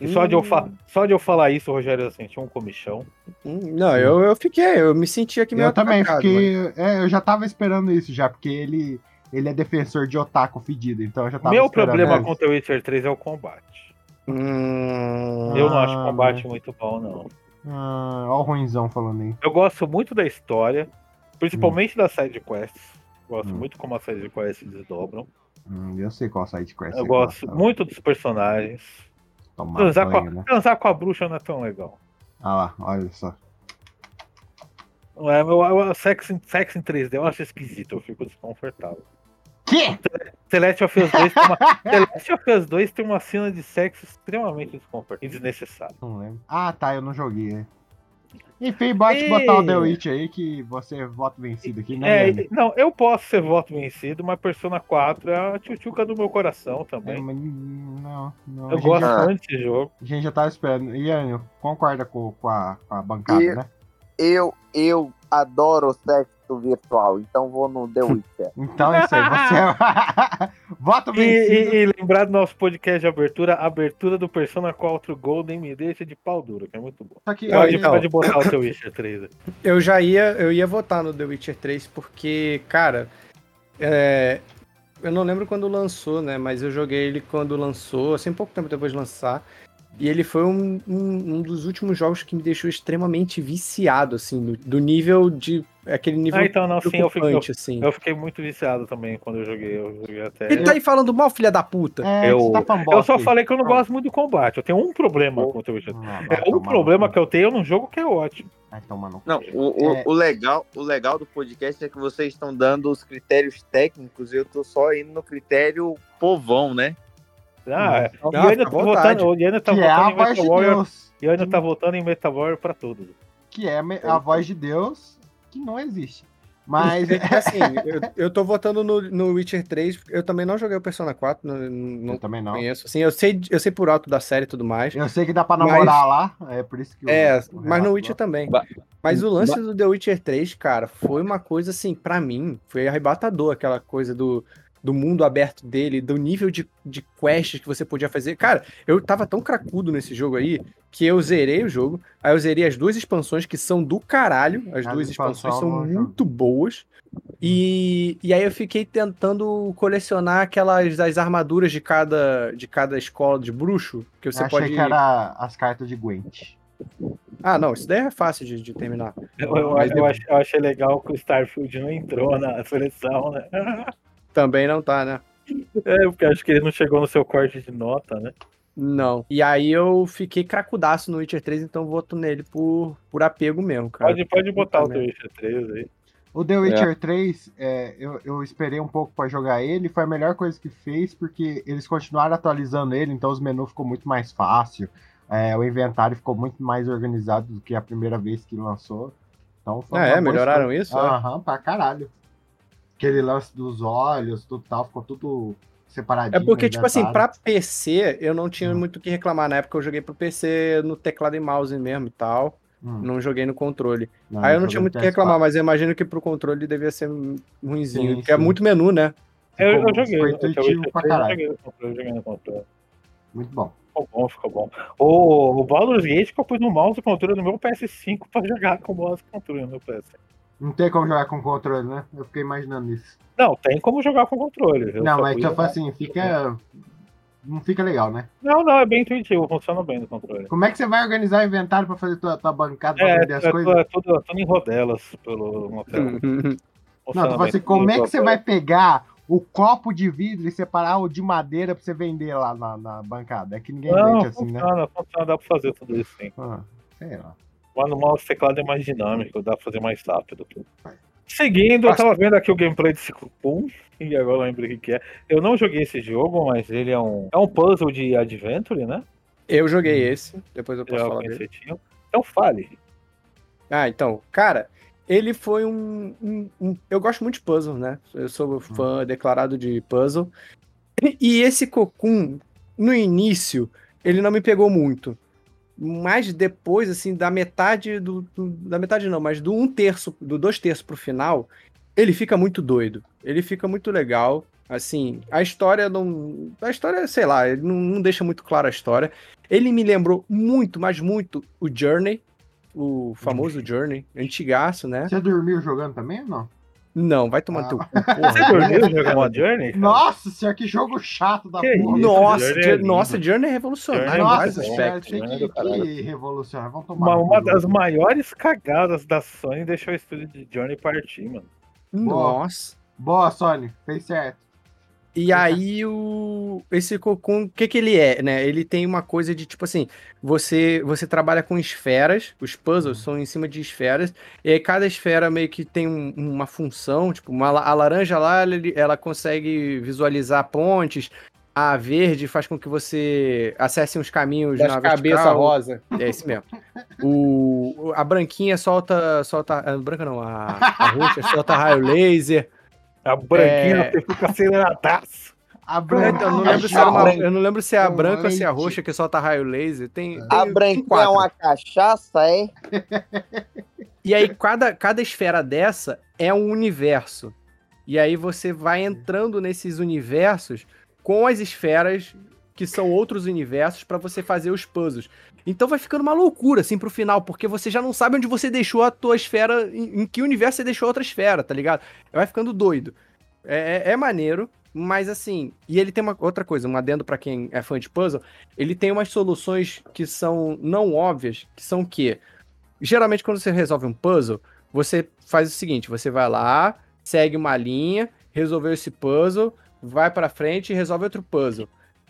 A: E só, de eu fa- só de eu falar isso, o Rogério já sentiu um comichão.
B: Hum, Não, eu, eu fiquei, eu me senti aqui meio
D: Eu também
B: atacado,
D: fiquei. é, eu já tava esperando isso já, porque ele, ele é defensor de otaku fedido, então eu já tava
A: Meu
D: esperando
A: problema
D: isso.
A: com The Witcher 3 é o combate.
B: mano. Hum,
A: Eu não acho
D: Ah,
A: o combate muito bom, não.
D: Ah, ó o ruinzão falando aí.
A: Eu gosto muito da história, principalmente das side quests. Gosto muito como as side quests se desdobram.
D: Hum, eu sei qual side quest.
A: Eu
D: você
A: gosto
D: gosta.
A: muito dos personagens.
D: Tomar
A: Transar com,
D: banho,
A: a,
D: né?
A: transar com a bruxa não é tão legal.
D: Ah lá, olha só.
A: Não é, eu, eu- sexo, em, sexo em 3D eu acho esquisito, eu fico desconfortável.
D: Que?
A: Celeste of Us 2 tem uma, Celeste of Us 2 tem uma cena de sexo extremamente desconfortável e desnecessária.
D: Não lembro. Ah, tá, eu não joguei. é. Enfim, pode
A: Ih.
D: botar o The Witch aí que você é voto vencido aqui, né?
A: É,
D: Guilherme?
A: e- não, eu posso ser voto vencido, mas Persona 4 é a tchutchuca do meu coração
D: É,
A: também.
D: mas não, não. a
A: Eu
D: gente
A: gosto
D: já-
C: já-
A: muito desse jogo.
D: A gente já tava esperando. Ian, concorda com, com, a, com a bancada,
C: E-
D: né?
C: Eu, eu adoro sexo virtual, então vou no The Witcher.
D: Então é isso aí. Você é... Voto
A: E,
D: vencido.
A: e- e lembrar do nosso podcast de abertura, a abertura do Persona 4 Golden me deixa de pau duro, que é muito bom.
D: Só que é,
B: Não,
D: aí-
A: Pode,
B: então.
A: pode botar o seu Witcher 3. aí.
B: Eu já ia, eu ia votar no The Witcher 3 porque, cara, é, eu não lembro quando lançou, né? Mas eu joguei ele quando lançou, assim, pouco tempo depois de lançar. E ele foi um, um- um dos últimos jogos que me deixou extremamente viciado, assim, do, do nível de. aquele nível
A: Ah, então não, sim, eu fiquei, eu,
B: preocupante, assim.
A: eu fiquei muito viciado também quando eu joguei. Eu joguei até.
B: Ele tá aí falando mal, filha da puta.
D: É,
A: eu-
D: você tá fanboy
A: Eu só
D: aqui.
A: falei que eu não gosto muito do combate. Eu tenho um problema com o The Witcher 3.
D: Ah, vai
A: É um
D: tomar
A: problema
D: no
A: que eu tenho num jogo que é ótimo.
D: cu. Vai tomar no cu.
C: Não, o, o,
D: É.
C: o legal, o legal do podcast é que vocês estão dando os critérios técnicos e eu tô só indo no critério povão, né?
A: Ah, é.
B: Não,
A: e eu ainda
B: fica
A: tá
B: à vontade.
A: votando, e ainda tá
D: que é a
A: votando em
D: voz de
A: Metal Warrior.
D: Deus.
A: E eu ainda tá votando em Metal Warrior pra todos.
D: Que é me- a voz de Deus que não existe. Mas
B: É que, assim, eu, eu tô votando no, no Witcher 3, porque eu também não joguei o Persona 4, não, não
D: eu também não.
B: conheço. Assim, eu sei, eu sei por alto da série e tudo mais.
D: Eu sei que dá pra
B: Mas-
D: namorar lá, é por isso que o-
B: É,
D: o
B: mas
D: Renato
B: no
A: tá,
B: Witcher também.
I: Ba-
B: Mas o lance do The Witcher 3, cara, foi uma coisa assim, pra mim, foi arrebatador aquela coisa do, do mundo aberto dele, do nível de, de quests que você podia fazer. Cara, eu tava tão cracudo nesse jogo aí que eu zerei o jogo, aí eu zerei as duas expansões que são do caralho, as
D: As
B: duas expansões
D: expansões
B: são
D: eu não
B: muito boas. E, e aí eu fiquei tentando colecionar aquelas as armaduras de cada de cada escola de bruxo que você
D: Achei
B: pode
D: que era as cartas de Gwent.
B: Ah, não, isso daí é fácil de- de terminar.
A: Eu, eu-
B: Mas
A: eu
B: eu-
A: ach- eu achei legal que o Starfield não entrou na seleção, né?
B: Também não tá, né?
A: É, porque acho que ele não chegou no seu corte de nota, né?
B: Não. E aí eu fiquei cracudaço no Witcher 3, então voto nele por, por apego mesmo, cara.
A: Pode, pode botar o
B: Puta
A: teu Witcher 3 aí.
D: O The Witcher 3, é, eu, eu esperei um pouco pra jogar ele, foi a melhor coisa que fez, porque eles continuaram atualizando ele, então os menus ficou muito mais fácil, é, o inventário ficou muito mais organizado do que a primeira vez que lançou. Então foi
B: Ah,
D: uma
B: é?
D: boa
B: Melhoraram isso?
D: escolha. Aham, pra caralho. Aquele lance dos olhos, tudo tal, ficou tudo
B: É
D: separadinho.
B: porque, tipo assim, pra
D: inventário.
B: PC, eu não tinha
D: Hum.
B: muito o que reclamar. Na época eu joguei pro PC no teclado e mouse mesmo e tal.
D: Hum, Ah, então
B: Não joguei no controle. aí eu não tinha muito o que reclamar, mas eu imagino que pro controle devia ser ruimzinho.
D: Sim,
B: Porque é
D: sim.
B: muito menu, né?
A: Eu, eu
D: Ficou-
A: joguei.
D: ficou
A: o The Witcher
D: intuitivo pra
A: 3, eu
D: caralho.
A: joguei no controle, eu joguei no controle.
D: Muito bom.
A: Ficou bom, ficou bom. O, o Baldur's Gate que eu pus no mouse e controle do meu PS5 pra jogar com o mouse e controle no meu PS5.
D: Não tem como jogar com controle, né? Eu fiquei imaginando isso.
A: Não, tem como jogar com controle. eu
D: Não,
A: só
D: mas
A: fui- É.
D: tipo assim, fica. Não fica legal, né?
A: Não, não, é bem intuitivo, funciona bem no controle.
D: Como é que você vai organizar o inventário pra fazer tua, tua bancada pra
A: É,
D: vender as
A: é,
D: coisas?
A: tudo, tudo, tudo em rodelas pelo motel.
D: Não, tu fala
A: né?
D: assim, como é que você vai pegar o copo de vidro e separar o de madeira pra você vender lá na, na bancada? É que ninguém
A: Não,
D: vende assim, né?
A: funciona, funciona, dá pra fazer tudo isso sim.
D: Ah, sei lá.
A: Mas no mouse e teclado é mais dinâmico, dá pra fazer mais rápido. tudo. Seguindo, eu tava vendo aqui o gameplay de Ciclopum, e agora eu lembro o que, que é. Eu não joguei esse jogo, mas ele é um, é um puzzle de adventure, né?
B: Eu joguei esse, depois eu
A: Já
B: posso falar dele.
A: conheci, tinha. Então fale.
B: Ah, então, cara, ele foi um, um- um- Eu gosto muito de puzzle, né? Eu sou fã declarado de puzzle. E esse Cocoon, no início, ele não me pegou muito. Mas depois, assim, da metade do. do- Da metade não, mas do um terço, do dois terços pro final, ele fica muito doido. Ele fica muito legal. Assim, a história não. A história, sei lá, ele não, não deixa muito clara a história. Ele me lembrou muito, mas muito, o Journey. O famoso Journey, antigaço, né?
D: Você dormiu jogando também ou não?
B: Não, vai tomar
D: Ah.
B: teu cu,
A: Você dormiu
B: porra. é
A: jogando a Journey? cara?
D: Nossa senhora, que jogo chato da
A: É. Que
D: porra.
A: isso?
B: Nossa,
A: Journey é
B: Journey
A: lindo.
B: nossa, Journey é revolucionário em
A: Journey é
B: vários
D: Nossa
A: muito bom.
B: aspectos.
D: senhora, tem
B: né,
D: que,
B: do caralho.
D: que revolucionar. Vamos tomar.
A: Uma,
D: no
A: uma
D: cu.
A: das maiores cagadas da Sony deixou o estúdio de Journey partir, mano. é
B: Nossa.
D: Boa, Sony, fez certo.
A: é
B: E aí o esse cocum, o que que ele é, né? Ele tem uma coisa de tipo assim, você você trabalha com esferas, os puzzles
A: Uhum.
B: são em cima de esferas, e aí cada esfera meio que tem um- uma função, tipo, uma, la- a laranja lá, ele- ela consegue visualizar pontes, a verde faz com que você acesse uns caminhos
J: Das
B: na
J: cabeça
B: vertical.
J: rosa.
B: É esse mesmo. O, o- a branquinha solta. solta a branca não, a, a roxa solta raio laser.
A: A branquinha
B: É.
A: você fica aceleradaço.
D: A
B: É,
D: branca.
B: então, eu, não
C: Ah,
B: lembro se era uma-
C: branca.
B: eu não lembro se é a
D: Com
B: branca ou se é a
D: leite.
B: roxa que solta raio laser. Tem, tem-
C: A
B: tem
C: branquinha é
B: quatro.
C: uma cachaça, é?
B: E aí, cada, cada esfera dessa é um universo. E aí você vai entrando nesses universos com as esferas que são outros universos pra você fazer os puzzles. Então vai ficando uma loucura, assim, pro final, porque você já não sabe onde você deixou a tua esfera, em, em que universo você deixou a outra esfera, tá ligado? Vai ficando doido. É, é- é maneiro, mas assim. E ele tem uma outra coisa, um adendo pra quem é fã de puzzle. Ele tem umas soluções que são não óbvias, que são o quê? geralmente quando você resolve um puzzle, você faz o seguinte, você vai lá, segue uma linha, resolveu esse puzzle, vai pra frente e resolve outro puzzle.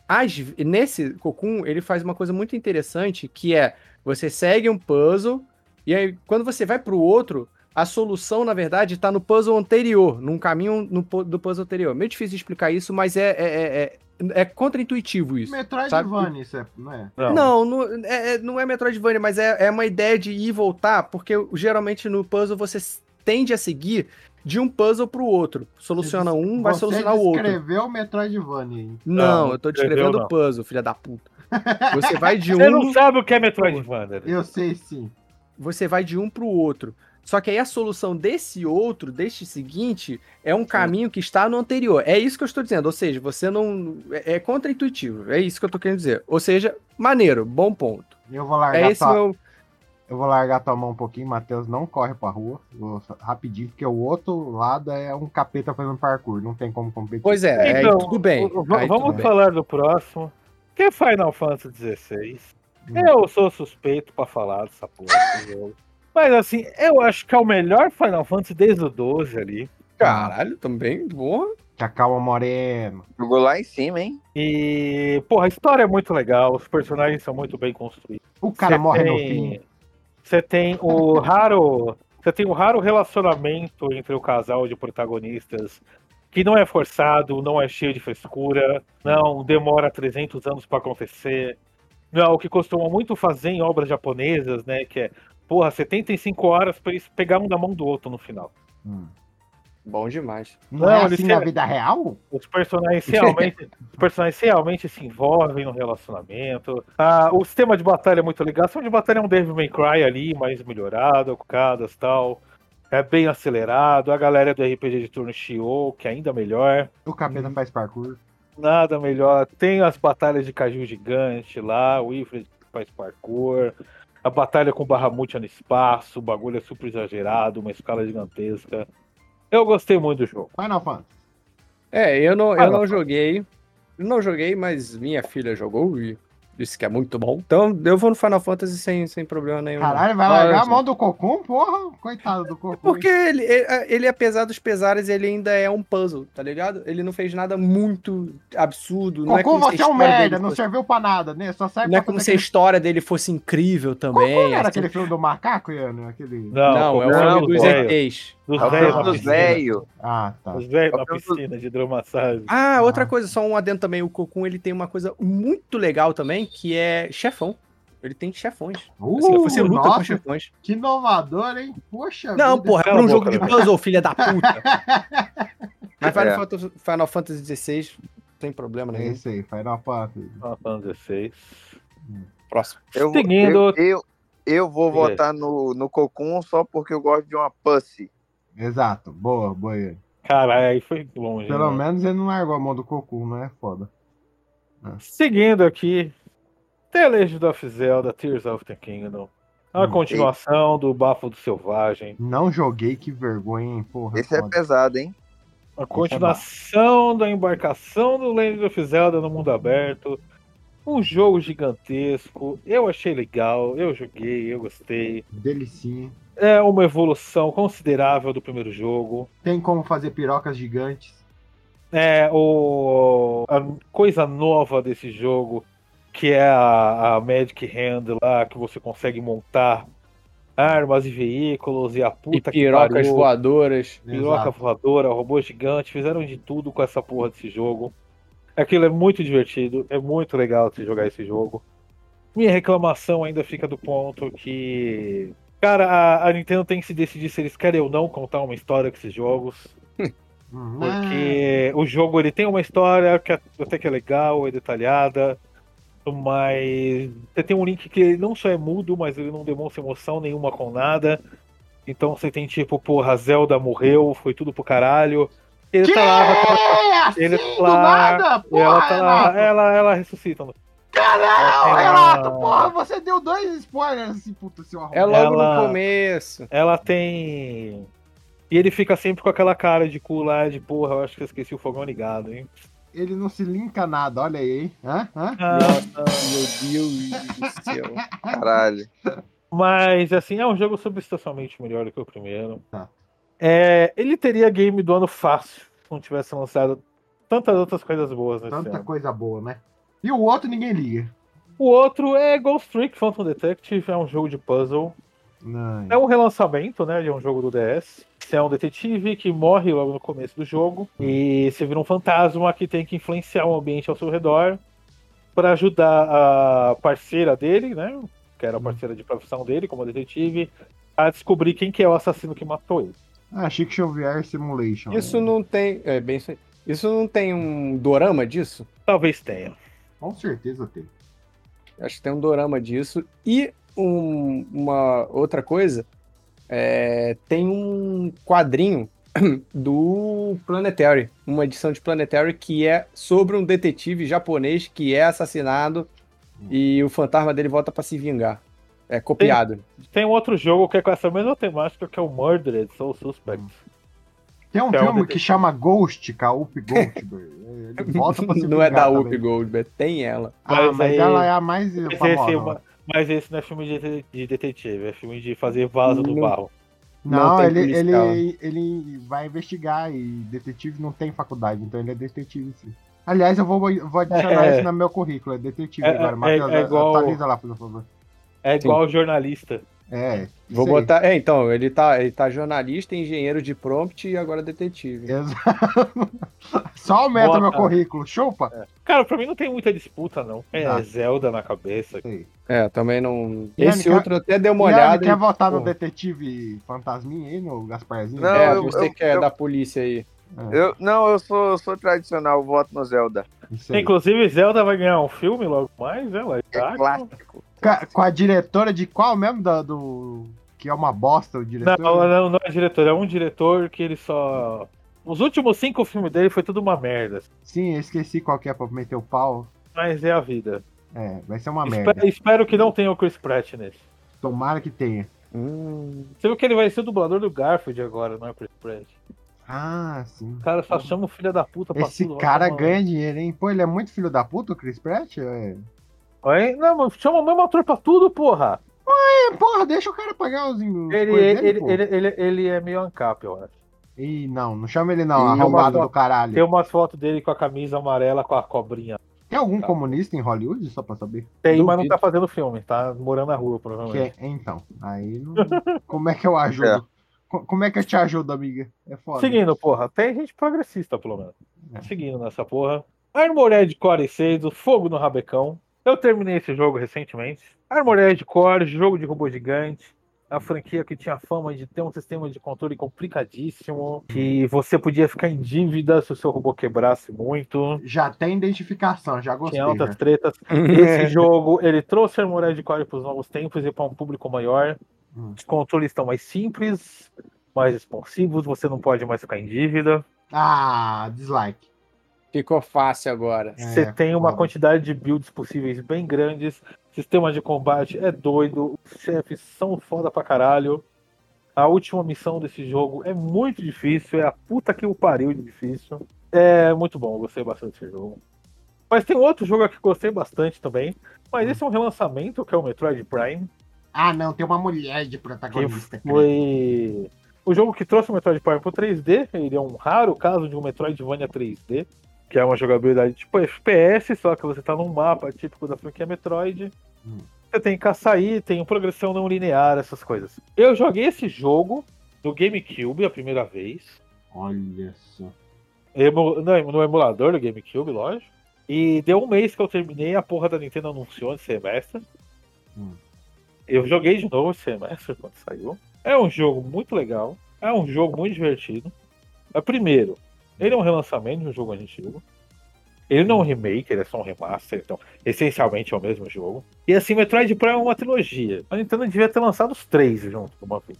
B: Às ve- nesse Cocoon, ele faz uma coisa muito interessante, que é você segue um puzzle e aí quando você vai pro outro, a solução, na verdade, tá no puzzle anterior, num caminho no pu- do puzzle anterior. Meio difícil de explicar isso, mas é, é, é, é, é contra-intuitivo isso.
D: Metroidvania, isso é, não é?
A: Então.
B: Não, não é, é- não é Metroidvania, mas é, é uma ideia de ir e voltar, porque geralmente no puzzle você s- tende a seguir de um puzzle pro outro. Soluciona um, vai
D: Você
B: solucionar o outro.
D: descreveu o Metroidvania. hein?
B: Não,
A: Não,
B: eu tô
A: escreveu
B: descrevendo
A: não.
B: o puzzle, filha da puta. Você vai de
A: Você não
B: um,
A: sabe o que é Metroidvania.
D: Eu sei sim.
B: você vai de um pro outro. Só que aí a solução desse outro, deste seguinte, é um caminho que está no anterior. É isso que eu estou dizendo. Ou seja, você não. É, é contra-intuitivo. É isso que eu tô querendo dizer. Ou seja, maneiro, bom ponto.
D: Eu vou largar
B: É esse
D: tua,
B: meu.
D: eu vou largar tua mão um pouquinho, Matheus. Não corre pra rua. Vou rapidinho, porque o outro lado é um capeta fazendo parkour. Não tem como competir.
B: Pois é, aí
A: Então,
B: tudo bem.
A: v- v-
B: Aí tudo
A: vamos
B: bem.
A: falar do próximo. Que é Final Fantasy XVI.
B: Hum.
A: Eu sou suspeito pra falar dessa porra desse jogo. Mas assim, eu acho que é o melhor Final Fantasy desde o 12 ali.
B: Caralho, também, porra.
D: Te acalma, Moreno.
C: Jogou lá em cima, hein?
A: E, porra, a história é muito legal, os personagens são muito bem construídos.
D: O cara
A: Você
D: morre no
A: tem-
D: fim.
A: Você tem o raro. Você tem o raro relacionamento entre o casal de protagonistas, que não é forçado, não é cheio de frescura, não demora 300 anos pra acontecer. Não, é o que costuma muito fazer em obras japonesas, né? Que é, porra, 75 horas pra eles pegar um da mão do outro no final.
D: Hum.
B: Bom demais.
D: Não, é
A: Não, ele
D: assim na
A: se-
D: vida real?
A: Os personagens realmente, os personagens realmente se envolvem no relacionamento. Ah, o sistema de batalha é muito legal. O sistema de batalha é um Devil May Cry ali, mais melhorado, cadas e tal. É bem acelerado. A galera do RPG de turno Shio, que é ainda melhor.
D: O capeta
B: Hum.
D: faz parkour.
A: Nada melhor. Tem as batalhas de Caju Gigante lá, o Ifred faz parkour. A batalha com o Bahamut é no espaço. O bagulho é super exagerado, uma escala gigantesca. Eu gostei muito do jogo.
D: Final Fantasy.
B: É, eu não,
A: Ah,
B: eu não
A: não.
B: joguei. Eu não joguei, mas minha filha jogou e disse que é muito bom. Então eu vou no Final Fantasy sem, sem problema nenhum. não.
D: Caralho, vai
B: Ah,
D: largar a
B: eu-
D: mão do Cocum, porra? Coitado do Cocum.
B: Porque ele, ele, ele, apesar dos pesares, ele ainda é um puzzle, tá ligado? Ele não fez nada muito absurdo. não é
D: Cocum,
B: como se
D: você é
B: a
D: um
B: história
D: merda,
B: dele
D: não
B: fosse-
D: serviu pra nada, né? Só serve
B: não é
D: pra
B: como
D: fazer
B: se a
D: aquele-
B: história dele fosse incrível também.
D: Como era
B: assim.
D: aquele filme do macaco, Iano? Aquele...
B: Não, é o
C: Não,
B: nome dos
C: pô.
B: ETs.
A: Dos
C: É o
D: Ah,
A: velhos na
C: filme do
A: piscina.
C: Zéio.
D: Ah, tá.
A: Os velhos na
C: Eu penso-
A: piscina de hidromassagem.
B: Ah, outra
D: Ah.
B: coisa, só um adendo também. O Cocum, ele tem uma coisa muito legal também, que é chefão. Ele tem chefões. Assim,
D: Uh,
B: você luta com
D: nossa,
B: chefões.
D: que inovador, hein? Poxa
B: Não,
D: vida.
B: porra,
A: cala
B: era um
A: a
B: jogo
A: boca,
B: de
A: né?
B: puzzle, filha da puta. Mas Final,
C: É.
B: Fantasy- Final Fantasy XVI, Sem problema né?
D: É
B: nenhum.
D: isso aí, Final Fantasy.
A: Final Fantasy 16.
B: Próximo.
C: Eu, vou-
A: Seguindo-
C: eu, eu, eu vou
A: Diga aí.
C: votar no, no Cocum só porque eu gosto de uma pussy.
D: Exato, boa, boa. aí.
A: Caralho, aí foi longe.
D: Pelo
A: né?
D: menos ele não largou a mão do Cocu, não é foda.
A: Seguindo aqui, The Legend of Zelda Tears of the Kingdom. A
D: Hum,
A: continuação do Bafo do Selvagem.
D: Não joguei, que vergonha, hein, porra.
C: Esse é
D: foda.
C: pesado, hein?
A: A continuação da embarcação do Legend of Zelda no mundo aberto. Um jogo gigantesco. Eu achei legal, eu joguei, eu gostei.
D: Delicinha.
A: É uma evolução considerável do primeiro jogo.
D: Tem como fazer pirocas gigantes.
A: É, o, a coisa nova desse jogo, que é a, a Magic Hand lá, que você consegue montar armas e veículos e a
J: E
A: puta que
J: pirocas
A: pariu,
J: voadoras.
A: piroca
D: Exato.
A: voadora, robô gigante, fizeram de tudo com essa porra desse jogo. Aquilo é muito divertido, é muito legal de jogar esse jogo. Minha reclamação ainda fica do ponto que. Cara, a, a Nintendo tem que se decidir se eles querem ou não contar uma história com esses jogos.
D: Hum,
K: Ah.
A: Porque o jogo ele tem uma história que é- até que é legal, é detalhada, mas você tem um Link que ele não só é mudo, mas ele não demonstra emoção nenhuma com nada. Então você tem tipo, porra, Zelda morreu, foi tudo pro caralho. Ele
K: Que
A: tá lá, vai conversar-
K: é assim
A: ele
K: do
A: tá lá,
K: nada,
A: e ela
K: porra,
A: tá lá, é.
K: Renato?
A: ela, ela ressuscita. no-
K: Ah, não,
A: ela-
K: Renato, porra, você deu dois spoilers, assim, puta, seu arrombado.
J: É logo
A: Ela-
J: no começo.
A: Ela tem. E ele fica sempre com aquela cara de cu lá, de porra, eu acho que eu esqueci o fogão ligado, hein?
D: Ele não se linka nada, olha aí, hein? Hã? Hã?
J: Meu Deus do céu.
C: Caralho.
A: Mas, assim, é um jogo substancialmente melhor do que o primeiro.
D: Tá.
A: É, ele teria game do ano fácil se não tivesse lançado tantas outras coisas boas nesse
D: Tanta
A: ano.
D: coisa boa, né? E o outro ninguém liga.
A: O outro é Ghost Trick Phantom Detective, é um jogo de puzzle.
D: Não.
A: É um relançamento, né, de um jogo do DS. Você é um detetive que morre logo no começo do jogo e você vira um fantasma que tem que influenciar o ambiente ao seu redor para ajudar a parceira dele, né, que
J: Uhum.
A: era a parceira de profissão dele como detetive, a descobrir quem que é o assassino que matou ele.
D: Ah, Chico Xavier Simulation.
J: Isso não tem. É bem isso aí. Isso não tem um dorama disso?
A: Talvez tenha.
D: Com certeza tem.
J: Acho que tem um dorama disso. E um- uma outra coisa, é, tem um quadrinho do Planetary, uma edição de Planetary que é sobre um detetive japonês que é assassinado
D: Hum.
J: e o fantasma dele volta pra se vingar. É copiado.
A: Tem um outro jogo que é com essa mesma temática que é o Murdered Soul Suspect.
D: Tem um
A: Que é um
D: filme
A: detetive.
D: que chama Ghost, com a Up Goldberg. É, Ele volta pra se
J: não é
D: vingar
J: da Whoopi
D: também.
J: Goldberg, tem ela.
D: Ah,
A: Mas
D: mas
A: aí-
D: ela é a mais
J: Hum,
A: Mas esse, é
J: né?
D: famosa.
A: uma- mas esse não é filme de dete- de detetive, é filme de fazer vaso no
J: Hum, Não.
A: barro.
D: Não,
J: Não tem
D: ele,
J: policial.
D: ele, ele vai investigar e detetive não tem faculdade, então ele é detetive sim. Aliás, eu vou, vou adicionar
A: É.
D: isso no meu currículo, é detetive
A: É,
D: agora.
A: é,
D: Matheus,
A: é igual-
D: atualiza lá, por favor.
A: É
J: Sim.
A: igual jornalista.
D: É. isso
J: Vou
D: aí.
J: botar. É, então, ele tá, ele tá jornalista, engenheiro de prompt e agora
D: É.
J: detetive.
D: Exato. Só aumenta
A: Bota.
D: meu currículo, chupa.
A: Cara, pra mim não tem muita disputa, não. É
D: Tá.
A: Zelda na cabeça.
D: Isso aí.
J: É, também não.
D: E
J: Esse
D: ele
J: outro até deu uma
D: Guilherme,
J: olhada.
D: quer votar no
J: Porra.
D: detetive fantasminha aí, no Gasparzinho?
C: Não,
J: É,
C: eu-
J: você que é
C: eu-
J: da polícia aí.
C: Eu, não, eu sou, eu sou tradicional, voto no Zelda.
D: Isso aí.
A: Inclusive, Zelda vai ganhar um filme logo mais, ela é
C: É clássico.
D: Ca- Com a diretora de qual mesmo? Da- do... Que é uma bosta o
A: Não,
D: diretor?
A: não, não é diretor, é um diretor que ele só. Os últimos cinco filmes dele foi tudo uma merda. assim.
D: Sim, eu esqueci qual que é pra meter o pau.
A: Mas é a vida.
D: É, vai ser uma
A: Espe-
D: merda.
A: espero que não tenha o Chris Pratt nesse.
D: Tomara que tenha.
A: Você viu que ele vai ser o dublador do Garfield agora, não é o Chris Pratt?
D: Ah, sim.
A: O cara só chama o filho da puta pra
D: Esse
A: tudo, vai
D: cara
A: tomar-
D: ganha dinheiro, hein? Pô, ele é muito filho da puta, o Chris Pratt? É.
A: Aí, não, mas chama o mesmo ator pra tudo, porra.
D: É, porra, deixa o cara pagar os. os
A: Ele,
D: coisas dele,
A: ele,
D: pô.
A: ele, ele, ele é meio ancap, eu acho.
D: Ih, não, não chama ele não,
J: Ih,
D: arrombado
A: é uma-
D: do caralho.
A: Tem um- umas fotos dele com a camisa amarela com a cobrinha.
D: Tem algum
A: Tá.
D: comunista em Hollywood, só pra saber?
A: Tem,
J: Duvido.
A: mas não tá fazendo filme, tá morando na rua,
D: Que
A: provavelmente.
D: é, então, aí não... Como é que eu ajudo?
C: É.
D: Co- Como é que eu te ajudo, amiga? É foda.
A: Seguindo, porra. Tem gente progressista, pelo menos.
D: É.
A: Seguindo nessa porra. Armored Core 6, o Fogo no Rabecão. Eu terminei esse jogo recentemente. Armored Core, jogo de robô gigante. a franquia que tinha fama de ter um sistema de controle complicadíssimo, que você podia ficar em dívida se o seu robô quebrasse muito.
D: Já tem identificação, já gostei. né?
A: Tinha altas
D: já.
A: tretas. Esse jogo, ele trouxe a Muralha de Core para os novos tempos e para um público maior.
D: Hum.
A: Os controles estão mais simples, mais responsivos, você não pode mais ficar em dívida.
D: Ah, dislike.
B: Ficou fácil agora.
A: Você
D: É,
A: tem uma
D: foda.
A: quantidade de builds possíveis bem grandes. Sistema de combate é doido. Os chefes são foda pra caralho. A última missão desse jogo é muito difícil. É a puta que o pariu de difícil. É muito bom, eu gostei bastante desse jogo. Mas tem outro jogo aqui que eu gostei bastante também. Mas
D: Hum.
A: esse é um relançamento, que é o Metroid Prime.
D: Ah, não, tem uma mulher de
A: Que
D: protagonista. cara.
A: foi o jogo que trouxe o Metroid Prime pro 3D. Ele é um raro caso de um Metroidvania 3D, que é uma jogabilidade tipo FPS, só que você tá num mapa típico da franquia Metroid.
D: Hum.
A: Você tem que açaí, tem progressão não linear, essas coisas. Eu joguei esse jogo no GameCube a primeira vez.
D: Olha só.
A: emu- não, no emulador do GameCube, lógico. E deu um mês que eu terminei, a porra da Nintendo anunciou esse semestre.
D: Hum.
A: Eu joguei de novo esse semestre quando saiu. É um jogo muito legal, é um jogo muito divertido. É, primeiro, ele é um relançamento de um jogo antigo. Ele não é um remake, ele é só um remaster, então essencialmente é o mesmo jogo. E assim, Metroid Prime é uma trilogia. A Nintendo devia ter lançado os três juntos de uma vez.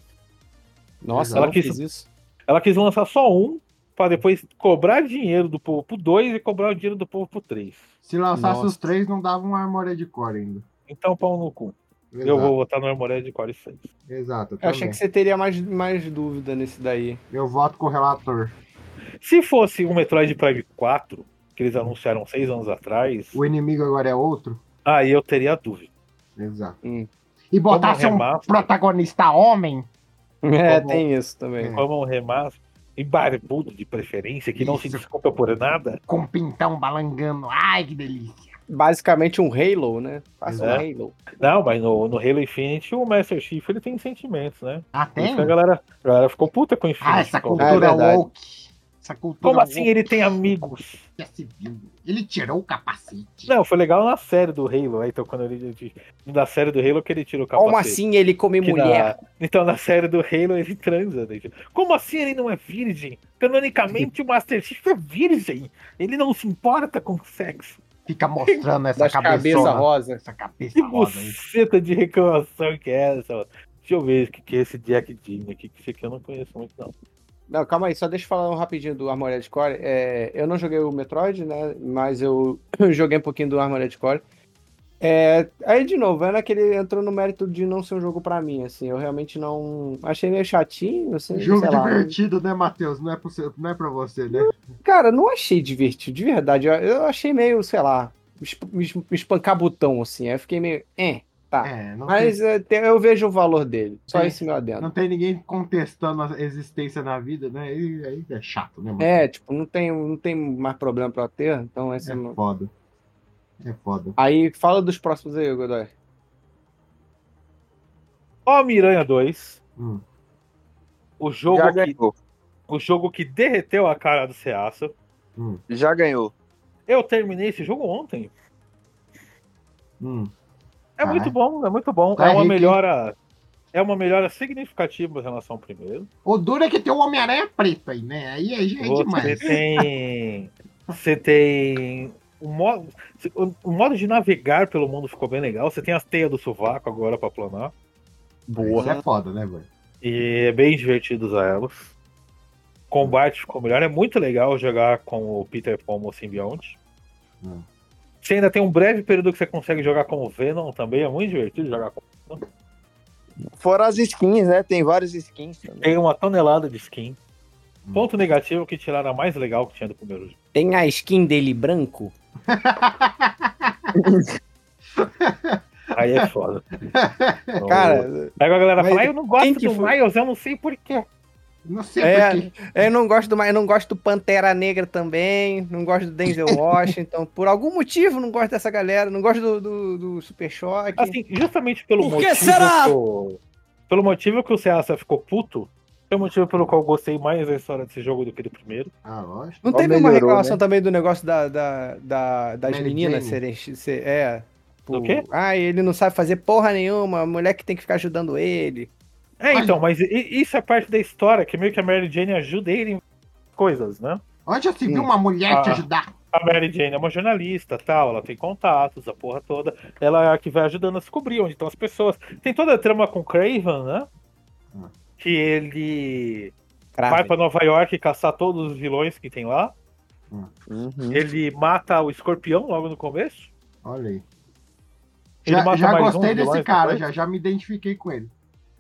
B: Nossa,
A: Ela
B: ela
A: quis-
B: quis isso.
A: Ela quis lançar só um, pra depois cobrar dinheiro do povo pro dois e cobrar o dinheiro do povo pro três.
D: Se lançasse
B: Nossa.
D: os três, não dava uma armoria de core ainda.
A: Então, pau no cu.
D: Exato,
A: Eu vou votar no Armored de Core 6.
D: Exato, eu
B: Eu
D: também.
B: achei que você teria mais, mais dúvida nesse daí.
D: Eu voto com o relator.
A: Se fosse o Metroid Prime 4, que eles anunciaram seis anos atrás,
D: O inimigo agora é outro?
A: aí eu teria dúvida.
D: Exato.
B: Hum.
D: E botasse um
A: remaster.
D: protagonista homem?
B: É,
D: bom.
B: tem isso
D: Hum.
B: também.
A: Como um remaster e barbudo de preferência, que não se
D: Isso.
A: desculpa por nada,
D: Com pintão balangando. Ai, que delícia.
B: Basicamente um Halo, né? Passa
A: É.
B: um Halo.
A: não, mas no, no Halo Infinite o Master Chief ele tem sentimentos, né?
D: Ah,
A: Por
D: tem?
A: isso que a galera, a galera ficou puta com o Infinite.
D: Ah, essa
A: como
B: É
D: cultura é
B: verdade.
D: woke. Essa cultura
A: como assim
D: woke
A: ele tem amigos?
D: que é civil. Ele tirou o capacete.
A: Não, foi legal na série do Halo, né? então quando ele- ele. Da série do Halo que ele tira o capacete.
B: Como assim ele come
A: Que
B: mulher?
A: na- Então, na série do Halo, ele transa. né? Como assim ele não é virgem? Canonicamente, o Master Chief é virgem. Ele não se importa com sexo.
D: Fica mostrando essa
B: Das cabeça
D: cabeçona.
B: rosa.
D: Essa cabeça
A: Que
D: rosa aí.
A: buceta de reclamação que é essa? mano? Deixa eu ver o que que é esse Jack Dino aqui, que esse aqui eu não conheço muito, não.
B: Não, calma aí, só deixa eu falar um rapidinho do Armored Core. É, eu não joguei o Metroid, né? Mas eu joguei um pouquinho do Armored Core. É, aí, de novo, é naquele entrou no mérito de não ser um jogo pra mim, assim. Eu realmente não. Achei meio chatinho, assim.
D: Jogo
B: sei lá.
D: divertido, né, Matheus? Não é, pro seu- não é pra você, né?
B: Cara, não achei divertido, de verdade. Eu, eu achei meio, sei lá, esp- me es- me espancar botão, assim. Aí eu fiquei meio. É, tá.
D: É, não,
B: Mas é, te- eu vejo o valor dele. Só
D: Tem-
B: esse meu
D: tem,
B: adendo.
D: É. não tem ninguém contestando a existência na vida, né? E aí é chato, né,
B: É, tipo, não tem, não tem mais problema pra eu ter, então esse é
D: É
B: meu-
D: foda. É foda.
B: Aí, fala dos próximos aí, Godoy.
A: Ó, Miranha 2.
D: Hum.
A: O jogo, é
C: já
A: que,
C: ganhou.
A: o jogo que derreteu a cara do Ceaça.
C: Já ganhou.
A: Eu terminei esse jogo ontem.
D: Hum.
A: É
D: Ah,
A: muito
D: é?
A: bom, é muito bom.
D: Tá
A: é uma
D: rico, hein?
A: melhora. É uma melhora significativa em relação ao primeiro.
D: O duro é que tem o Homem-Aranha preto aí, né? Aí, aí já é
A: Você
D: demais.
A: tem. Você tem. O modo, o modo de navegar pelo mundo ficou bem legal. Você tem as teias do sovaco agora pra planar.
D: Isso é foda, né, velho?
A: E é bem divertido usar elas. Combate ficou melhor. É muito legal jogar com o Peter como simbionte.
D: Hum.
A: Você ainda tem um breve período que você consegue jogar com o Venom também. É muito divertido jogar com.
C: Fora as skins, né? Tem várias skins também.
A: Tem uma tonelada de skin.
D: Hum.
A: Ponto negativo que tiraram a mais legal que tinha do primeiro jogo.
B: Tem a skin dele branco?
A: Aí é foda. Então,
B: Cara,
A: Aí a galera
B: mas
A: fala, "Ah, eu não
B: quem
A: gosto
B: que
A: do
B: foi?"
A: Miles, eu não sei porquê.
D: Não sei
B: É.
D: por quê.
B: eu não gosto do, Ma- eu não gosto do Pantera Negra também, não gosto do Denzel Washington, por algum motivo não gosto dessa galera, não gosto do, do, do Super Choque.
A: Assim, justamente pelo
L: Por que
A: motivo.
L: será?
A: que eu- Pelo motivo que o Ceaça ficou puto, é o motivo pelo qual eu gostei mais da história desse jogo do que do primeiro.
D: Ah, lógico.
B: não
C: ó,
B: teve uma
C: melhorou,
B: reclamação também do negócio da, da, da- das
D: Mary
B: meninas
D: Jane.
B: serem... ser- é,
A: Do
B: por-
A: quê?
B: Ah, ele não sabe fazer porra nenhuma, a mulher que tem que ficar ajudando ele.
A: É, então, mas i- i- isso é parte da história, que meio que a Mary Jane ajuda ele em coisas, né?
D: Onde já se
B: Hum.
D: viu uma mulher te
A: Ah.
D: ajudar?
A: A Mary Jane é uma jornalista, tal, ela tem contatos, a porra toda. Ela é a que vai ajudando a descobrir onde estão as pessoas. Tem toda a trama com o Craven, né? Que ele
B: Ah,
A: vai pra Nova York caçar todos os vilões que tem lá.
C: Uhum.
A: Ele mata o escorpião logo no começo.
D: Olha aí.
A: Ele
D: Já,
A: mata
D: já
A: mais
D: gostei
A: uns
D: desse
A: vilões
D: cara,
A: depois?
D: já, já me identifiquei com ele.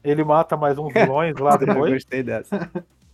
A: Ele mata mais uns vilões lá depois.
B: Gostei dessa.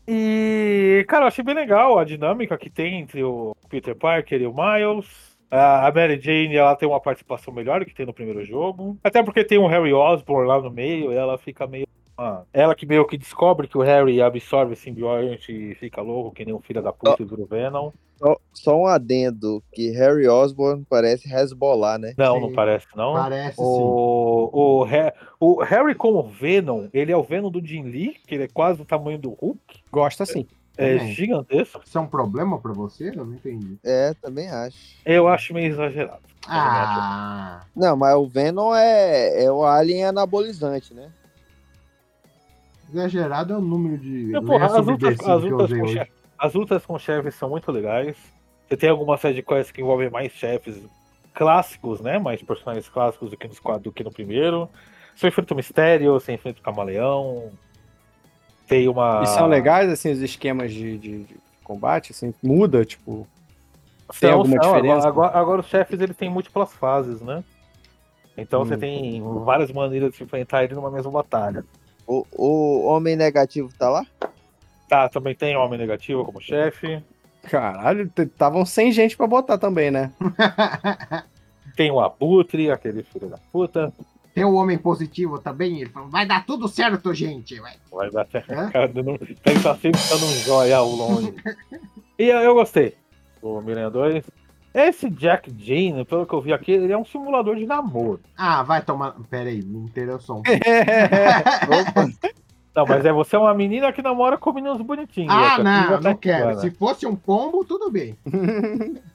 A: E, cara, eu achei bem legal a dinâmica que tem entre o Peter Parker e o Miles. A a Mary Jane ela tem uma participação melhor do que tem no primeiro jogo. Até porque tem um Harry Osborn lá no meio, e ela fica meio. ah, Ela que meio que descobre que o Harry absorve o simbionte e fica louco, que nem um filho da puta e vira o Venom.
C: Só, só um adendo, que Harry Osborn parece Hezbollah, né?
A: Não, não parece, não.
D: Parece sim.
A: Então, O, o, Ha- o Harry como Venom, ele é o Venom do Jin Lee, que ele é quase do tamanho do Hulk.
B: Gosta sim.
A: É
D: Também.
A: gigantesco.
D: Isso é um problema pra você? Eu não entendi.
C: É, também acho.
A: Eu acho meio exagerado.
D: Ah,
C: Não, mas o Venom é, é o alien anabolizante, né?
D: exagerado é o número de.
A: É, porra,
D: lenço
A: as, lutas,
D: umedecido
A: as,
D: que eu
A: lutas
D: usei
A: com
D: hoje.
A: chefe- as lutas com chefes são muito legais. Você tem algumas sidequests que envolvem mais chefes clássicos, né? Mais personagens clássicos do que, nos, quad- do que no primeiro. Você enfrenta o Mistério, você enfrenta o Camaleão. Tem uma.
D: é
B: E
D: um
B: são legais, assim, os esquemas de, de- de combate, assim, muda, tipo. Tem
A: São,
B: alguma
A: são. Agora-
B: diferença?
A: Agora, agora os chefes ele tem múltiplas fases, né? Então
B: Hum.
A: você tem várias maneiras de enfrentar ele numa mesma batalha.
C: O, o Homem Negativo tá lá?
A: Tá, também tem Homem Negativo como chefe.
B: Caralho, estavam sem gente pra botar também, né?
A: Tem o Abutre, aquele filho da puta.
D: Tem o homem positivo também, ele falou, vai dar tudo certo, gente. Vai.
A: Vai dar certo.
D: Hã?
A: Cara, não, ele tá sempre dando um joia ao longe. E eu, eu gostei do Miranha 2. Esse Jack Jean, pelo que eu vi aqui, ele é um simulador de namoro.
D: Ah, vai tomar. Pera aí, não interessa um. o som.
A: é Não, mas é você é uma menina que namora com meninos bonitinhos.
D: ah,
A: Essa aqui já
D: não,
A: tá
D: não quero.
A: bacana.
D: Se fosse um pombo, tudo bem.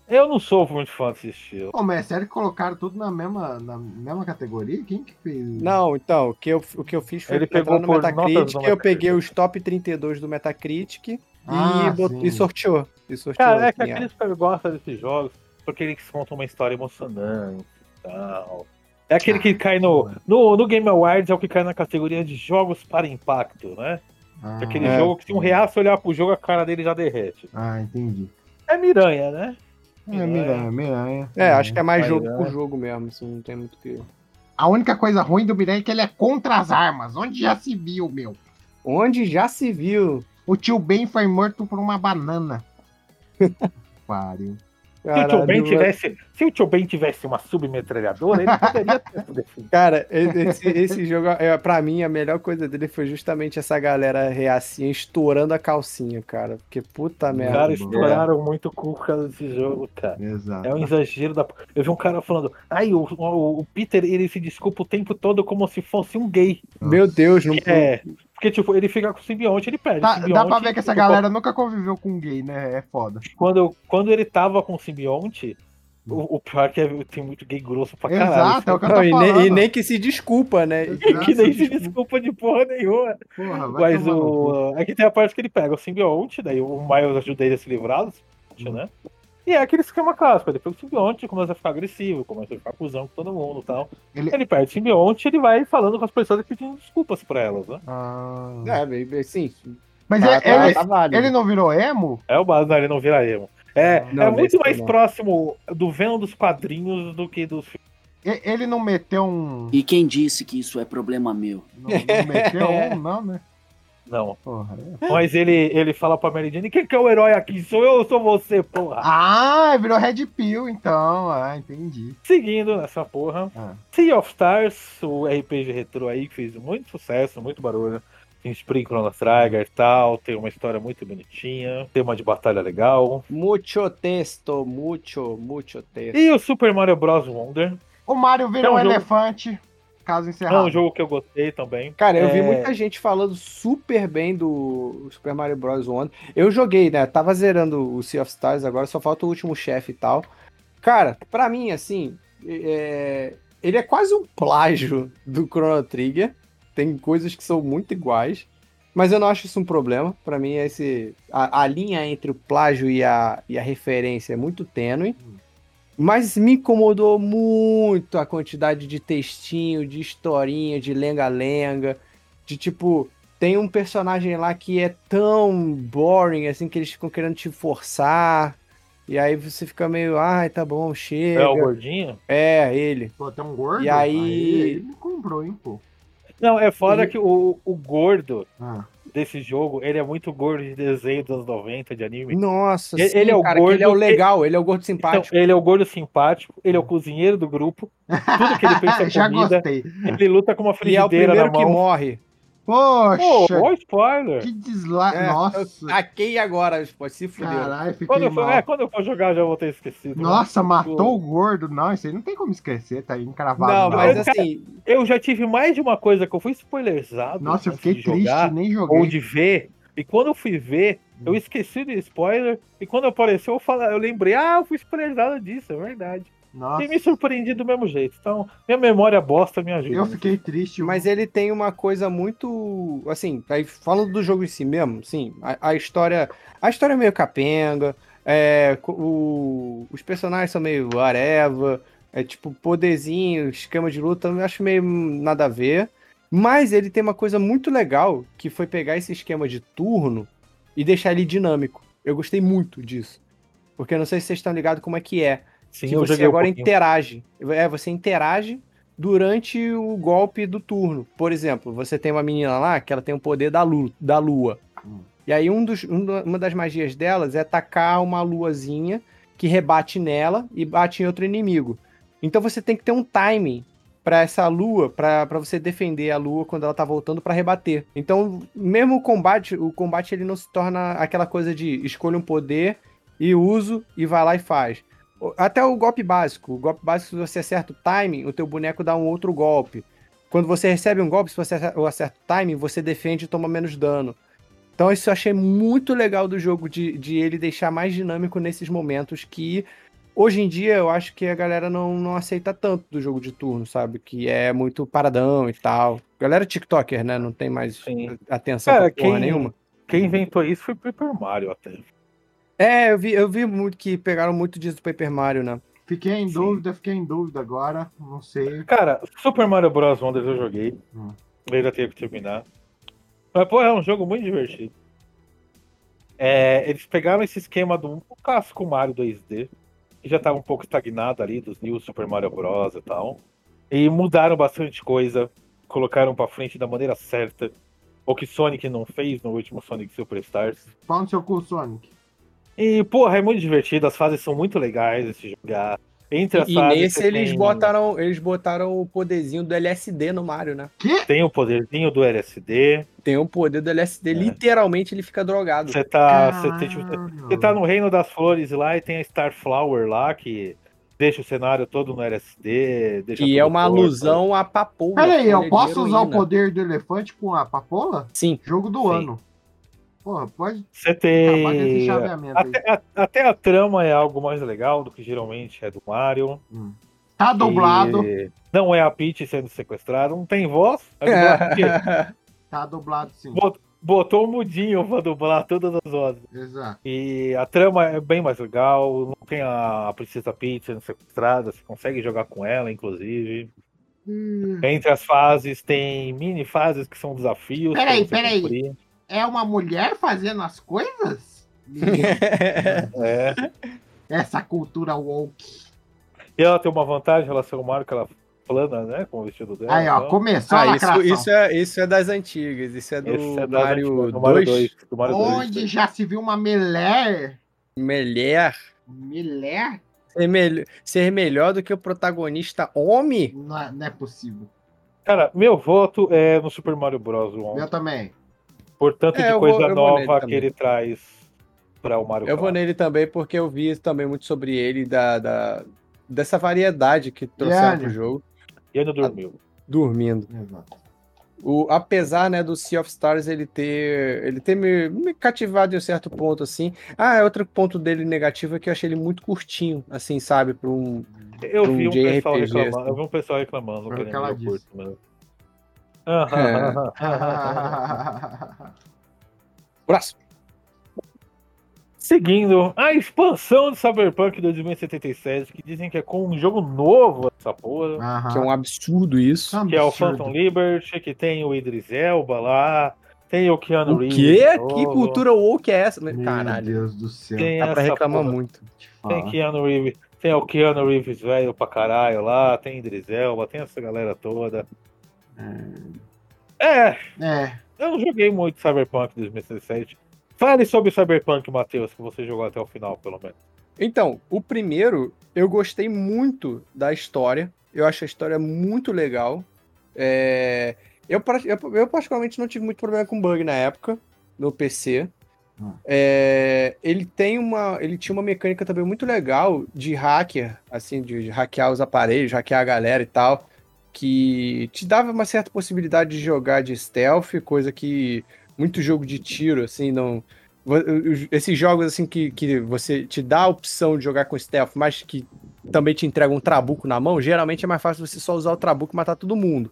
A: Eu não sou muito fã desse estilo.
D: Pô, mas é sério que colocaram tudo na mesma, na mesma categoria? Quem que fez?
B: Não, então, o que eu, o que eu fiz foi
A: Ele
B: entrar
A: pegou
B: no
A: por notas do
B: Metacritic, eu
A: Metacritic.
B: peguei os top 32 do Metacritic
D: Ah,
B: e, bot-
D: sim.
B: e sorteou. E sorteou
A: Cara, é que
B: assim,
A: aqueles
B: ó.
A: que gostam desses jogos, porque eles contam uma história emocionante e tal. É aquele que cai no, no. No Game Awards é o que cai na categoria de jogos para impacto, né?
D: Ah,
A: Aquele
B: é.
A: jogo que se um reaço olhar pro jogo, a cara dele já derrete.
D: ah, entendi.
A: É Miranha, né?
D: É, Miranha, Miranha.
B: É, acho que é mais
A: Mas
B: jogo
A: é.
B: por jogo mesmo, assim, não tem muito o que.
D: A única coisa ruim do Miranha é que ele é contra as armas. Onde já se viu, meu?
B: Onde já se viu.
D: O tio Ben foi morto por uma banana. Pariu.
A: Se o Tio é- Ben
B: Caralho,
D: é.
A: tivesse, se o Tio Ben tivesse uma submetralhadora, ele poderia ter sido definido.
B: Cara, esse, esse jogo, é, pra mim, a melhor coisa dele foi justamente essa galera reacinha estourando a calcinha, cara. Porque puta merda.
A: Cara,
D: bom.
A: estouraram muito o cu por causa desse jogo, cara.
D: Exato.
A: É um exagero da. p- Eu vi um cara falando, ai, o, o- o Peter ele se desculpa o tempo todo como se fosse um gay.
B: Meu Deus, não
A: É. Porque, tipo, ele fica com o simbionte, ele perde.
D: Tá-
A: o
D: dá pra
A: simbionte,
D: ver que essa
A: tipo,
D: galera nunca conviveu com gay, né? É foda.
A: Quando, quando ele tava com o simbionte, o, o pior é que é- tem muito gay grosso pra caralho.
D: Exato, é o que eu tô
B: Não, e,
A: Tá
D: falando.
B: nem, e nem que se desculpa, né?
D: Exato.
A: Que nem se desculpa de porra nenhuma.
D: Porra, tipo, vai
A: Mas
D: tomar no cu.
A: o. É que tem a parte que ele pega o simbionte, daí o Miles ajuda ele a se livrar do simbionte, né? E é aquele esquema clássico, ele pega o simbionte, começa a ficar agressivo, começa a ficar cuzão com todo mundo e tal.
D: Ele-
A: Ele... perde o simbionte ele vai falando com as pessoas e pedindo desculpas pra elas, né?
D: Ah.
B: É, bem- bem- sim.
D: Mas
B: Tá-
D: é-
B: tá-
D: ele,
B: tá válido.
D: ele não virou emo?
A: É o base, não, ele não vira emo. É,
B: Não,
A: é muito
B: desse
A: mais
B: não.
A: próximo do Venom dos quadrinhos do que dos filmes.
D: E- Ele não meteu um.
M: E quem disse que isso é problema meu?
D: Não, não meteu um, não, né?
A: Não.
D: Porra. é.
A: Mas ele, ele fala pra Mary Jane, quem que é o herói aqui? Sou eu ou sou você, porra?
D: Ah, virou Red Pill, então. Ah, entendi.
A: Seguindo nessa porra,
D: Ah.
A: Sea of Stars, o RPG retrô aí que fez muito sucesso, muito barulho. Tem Spring Chrono Trigger e tal, tem uma história muito bonitinha, tema de batalha legal.
B: Mucho texto, mucho, mucho texto.
A: E o Super Mario Bros. Wonder,
D: O Mario
A: É
D: virou
A: um
D: um
A: jogo-
D: elefante. Caso
A: é um
D: encerrado.
A: jogo que eu gostei também.
B: Cara, eu vi
A: É.
B: muita gente falando super bem do Super Mario Bros. Wonder. Eu joguei, né? Tava zerando o Sea of Stars agora, só falta o último chefe e tal. Cara, pra é mim, assim, é- ele é quase um plágio do Chrono Trigger. Tem coisas que são muito iguais. Mas eu não acho isso um problema. Pra mim, é esse, a, a linha entre o plágio e a, e a referência é muito tênue. Mas me incomodou muito a quantidade de textinho, de historinha, de lenga-lenga. De tipo, tem um personagem lá que é tão boring, assim, que eles ficam querendo te forçar. E aí você fica meio, ai, tá bom, chega.
A: É o gordinho?
B: É, ele.
D: Pô, tão gordo.
B: E aí.
D: Aí ele me comprou, hein, pô.
A: Não, é foda que o, o gordo
D: Ah.
A: desse jogo, ele é muito gordo de desenho dos anos 90, de anime.
B: Nossa,
A: Ele-
B: sim,
A: ele é o
B: cara, que ele é o
A: gordo-
B: legal, ele é o gordo
A: Então,
B: simpático.
A: ele é o gordo simpático, ele é
D: Uhum.
A: o cozinheiro do grupo, tudo que ele pensa é
D: Já
A: comida,
D: gostei.
A: ele luta com uma
B: e é o
A: frigideira na
B: primeiro que
A: mão.
B: morre.
A: Pô,
D: Poxa,
A: bom spoiler!
D: que desla...
B: É,
D: Nossa,
B: eu Taquei agora, pô, se fudeu.
D: caralho, fiquei
A: Quando eu, for,
D: mal.
A: é, quando eu for jogar, eu já vou ter esquecido.
D: Nossa,
A: Pô.
D: matou o gordo. Não, isso aí não tem como esquecer, tá aí encravado.
B: Não,
D: na
B: mas
D: alma.
A: cara,
B: assim,
A: Eu já tive mais de uma coisa que eu fui spoilerizado.
D: Nossa, eu
A: antes
D: fiquei
A: de
D: triste,
A: jogar,
D: nem
A: Ou
D: joguei.
A: de ver. E quando eu fui ver,
D: Uhum.
A: eu esqueci do spoiler. E quando apareceu, eu, fala, eu lembrei, ah, eu fui spoilerizado disso, é verdade.
D: Nossa,
A: E me surpreendi do mesmo jeito. Então, minha memória bosta me ajuda.
D: eu fiquei triste.
B: Mas ele tem uma coisa muito. Assim, aí falando do jogo em si mesmo, sim, a, a história. A história é meio capenga, é, co- o- os personagens são meio areva, é tipo poderzinho, esquema de luta, eu acho meio nada a ver. Mas ele tem uma coisa muito legal, que foi pegar esse esquema de turno e deixar ele dinâmico. Eu gostei muito disso. Porque eu não sei se vocês estão ligados como é que é
A: Sim,
B: que
D: tipo
A: eu
B: você
D: assim,
A: joguei um
B: agora
A: pouquinho.
B: interage. É, você interage durante o golpe do turno. Por exemplo, você tem uma menina lá que ela tem o poder da, lu- da lua. E aí um dos- um da- uma das magias delas é tacar uma luazinha que rebate nela e bate em outro inimigo. Então você tem que ter um timing pra essa lua, pra pra você defender a lua quando ela tá voltando pra rebater. Então, mesmo o combate, o combate ele não se torna aquela coisa de escolha um poder e uso e vai lá e faz. O- Até o golpe básico. O golpe básico, se você acerta o timing, o teu boneco dá um outro golpe. Quando você recebe um golpe, se você acer- ou acerta o timing, você defende e toma menos dano. Então isso eu achei muito legal do jogo, de, de ele deixar mais dinâmico nesses momentos que hoje em dia eu acho que a galera não, não aceita tanto do jogo de turno, sabe? Que é muito paradão e tal. Galera TikToker, né? Não tem mais
A: Sim.
B: atenção
A: Cara,
B: pra porra
A: quem-
B: nenhuma.
A: Quem inventou isso foi Paper Mario até.
B: É, eu vi, eu vi muito que pegaram muito disso do Paper Mario, né?
D: Fiquei em
A: Sim.
D: dúvida, fiquei em dúvida agora. Não sei.
A: Cara, Super Mario Bros. Wonders eu joguei.
D: Hum.
A: Eu ainda tenho que terminar. Mas, pô, é um jogo muito divertido. É, eles pegaram esse esquema do do clássico Mario 2D, que já tava um pouco estagnado ali, dos New Super Mario Bros. e tal. E mudaram bastante coisa, colocaram pra frente da maneira certa. O que Sonic não fez no último Sonic Superstars.
D: Pau no seu cu, Sonic.
A: E, porra, é muito divertido, as fases são muito legais de se jogar. Entre as
B: E
A: fases,
B: nesse
A: você
B: eles
A: tem-
B: botaram, eles botaram o poderzinho do LSD no Mario, né?
A: Tem o poderzinho do LSD.
B: Tem o poder do LSD,
A: É.
B: literalmente ele fica drogado.
A: Você tá, você, tem, tipo,
D: Caralho.
A: você tá no Reino das Flores lá e tem a Star Flower lá que deixa o cenário todo no LSD. Deixa
B: Que
A: tudo
B: é uma
A: torto.
B: alusão à papoula.
D: Pera aí,
B: folha
D: eu
B: é de
D: posso usar o
B: heroína.
D: poder do elefante com a papola?
B: Sim.
D: Jogo do
A: Sim.
D: ano. Porra, pode
A: Você
D: acabar com Ah, esse é
A: tem.
D: chaveamento aí.
A: Até a, até a trama é algo mais legal do que geralmente é do Mario. É.
D: Tá dublado,
A: E Não é a Peach sendo sequestrada, não tem voz. é dublado por quê?
D: tá dublado sim.
A: Bot- Botou o mudinho pra dublar todas as vozes.
D: Exato.
A: E a trama é bem mais legal. Não tem a, a Princesa Peach sendo sequestrada, você consegue jogar com ela, inclusive.
D: Hum,
A: Entre as fases tem mini fases que são desafios. pra
D: Peraí,
A: você
D: peraí.
A: cumprir.
D: É uma mulher fazendo as coisas?
A: É.
D: Essa cultura woke.
A: E ela tem uma vantagem em relação ao Mario, que ela plana, né? Com o vestido dela.
D: Aí, ó,
A: então.
D: começou a
B: Ah, isso,
D: lacração.
B: isso, é, isso é das antigas, isso é do
A: Esse é da-
B: Mario
A: do Mario
B: 2.
A: 2. é do Mario 2.
D: Onde já se viu uma mulher?
B: Melhor.
D: Mulher?
B: Ser, mel- ser melhor do que o protagonista homem?
D: Não é, não é possível.
A: Cara, meu voto é no Super Mario Bros. 1.
D: Eu também.
A: Por tanto
B: É,
A: de
B: eu
A: coisa
B: vou- eu vou nele
A: nova que
B: também.
A: ele traz para o Mario
B: Eu vou
A: Kart.
B: nele também porque eu vi também muito sobre ele, da, da- dessa variedade que trouxeram
D: Leandro.
B: pro jogo.
A: E ainda dormiu.
B: Dormindo.
D: Exato.
B: O, apesar, né, do Sea of Stars ele ter, ele ter me, me cativado em um certo ponto, assim. Ah, é outro ponto dele negativo é que eu achei ele muito curtinho, assim, sabe? Pra um...
A: Eu vi um
B: Um
A: pessoal
B: JRPG,
A: reclamando.
B: assim.
A: Eu vi um pessoal reclamando
D: Foi o
A: querendo
D: que ela
A: meu Ah,
D: disse.
A: curto, mas-
J: Próximo.
A: Seguindo, a expansão de Cyberpunk 2077, que dizem que é com um jogo novo, essa porra.
B: Ah,
J: Que
A: Ah.
J: é um absurdo isso.
A: Que é o Phantom Liberty, que tem o Idris Elba lá, tem o Keanu
B: O
A: Reeves.
B: quê?
A: de
B: Que
A: novo,
B: cultura woke é essa?
A: né?
B: Caralho.
D: Meu Deus do céu.
A: Hum. Tem
B: Dá pra
A: essa
B: reclamar
A: porra.
B: muito. Ah.
A: Tem Keanu Reeves, tem o Keanu Reeves velho pra caralho lá, tem Idris Elba, tem essa galera toda. É,
D: É.
A: eu não joguei muito Cyberpunk 2077. Fale sobre Cyberpunk, Matheus, que você jogou até o final, pelo menos.
B: Então, o primeiro, eu gostei muito da história. Eu acho a história muito legal. É, Eu, par- eu, eu particularmente não tive muito problema com bug na época, no PC. É, ele tem uma ele tinha uma mecânica também muito legal de hacker assim de, de hackear os aparelhos hackear a galera e tal que te dava uma certa possibilidade de jogar de stealth coisa que muito jogo de tiro assim não vo- esses jogos assim que, que você te dá a opção de jogar com stealth mas que também te entrega um trabuco na mão geralmente é mais fácil você só usar o trabuco e matar todo mundo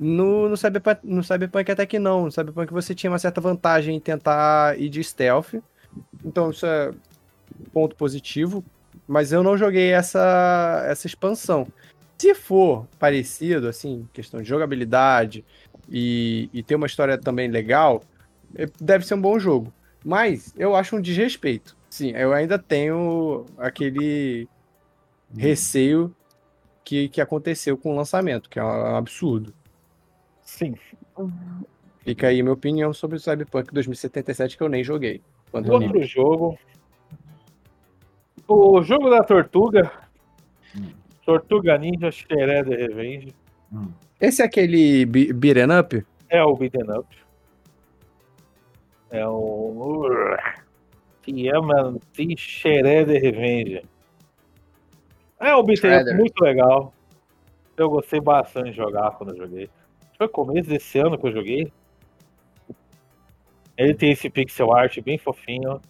B: no, no, Cyberpunk, no Cyberpunk até que não. No Cyberpunk você tinha uma certa vantagem em tentar ir de stealth. Então isso é ponto positivo. Mas eu não joguei essa, essa expansão. Se for parecido, assim, questão de jogabilidade e, e ter uma história também legal, eh, deve ser um bom jogo. Mas eu acho um desrespeito. Sim, eu ainda tenho aquele
D: Uhum.
B: receio que, que aconteceu com o lançamento, que é um absurdo.
A: Sim.
B: Fica aí minha opinião sobre o Cyberpunk 2077 que eu nem joguei. Quanto ao
A: Outro
B: livro.
A: jogo. O jogo da Tortuga. Tortuga Ninja Shredder Revenge.
D: Hum,
B: Esse é aquele be- beat'em up?
A: É o beat'em up. É o... Diamante Shredder Revenge. É um beat'em up
C: Shredder.
A: muito legal. Eu gostei bastante de jogar quando eu joguei. Foi começo desse ano que eu joguei. Ele tem esse pixel art bem fofinho.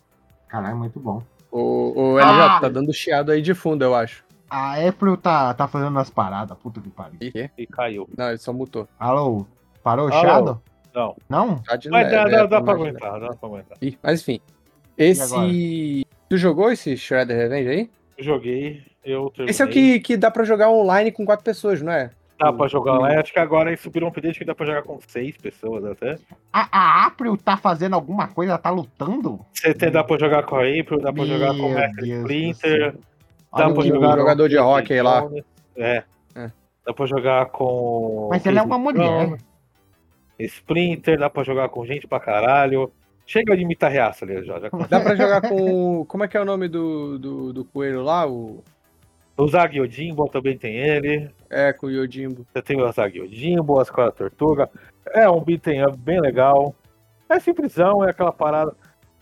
D: Caralho, muito bom.
B: O, o LJ
D: Ah!
B: tá dando chiado aí de fundo, eu acho.
D: A Apple tá, tá fazendo as paradas, puta que pariu.
B: E quê?
A: E caiu.
B: Não, ele só mutou.
D: Alô? Parou o
A: Alô?
D: Shadow?
A: Não.
D: Não?
B: Tá de
A: Mas dá,
B: leve,
A: dá,
B: é,
A: dá pra
B: imagina.
A: aguentar, dá pra aguentar.
B: Ih, Mas enfim.
D: agora?
B: Esse. Tu jogou esse Shredder Revenge aí?
A: Eu joguei, eu terminei.
B: Esse é o que, que dá pra jogar online com quatro pessoas, não é?
A: Dá pra jogar
D: Hum.
A: lá. Acho que agora eles subiram um update que dá pra jogar com seis pessoas até.
D: A, a April tá fazendo alguma coisa, ela tá lutando?
A: Você tem, dá pra jogar com a April, dá pra
D: Meu
A: jogar com o Master
D: Deus do
A: Splinter.
D: Olha
A: Dá
D: o
A: pra
D: que o
A: jogar
B: jogador de
A: com o
B: hockey
A: Casey
B: lá.
A: Jones, É.
B: É.
A: Dá pra jogar com.
D: Mas ela é uma
A: Casey
D: mulher.
A: Jones, Splinter, dá pra jogar com gente pra caralho. Chega de imitar reaça ali, já. já
B: Dá pra jogar com. o- Como é que é o nome do, do, do coelho lá? O...
A: o Zag Yojimbo também tem ele.
B: É, com o Yojimbo.
A: Você tem o Zaguio Jimbo, as quatro tortuga. É um beaten up bem legal. É simplesão, é aquela parada.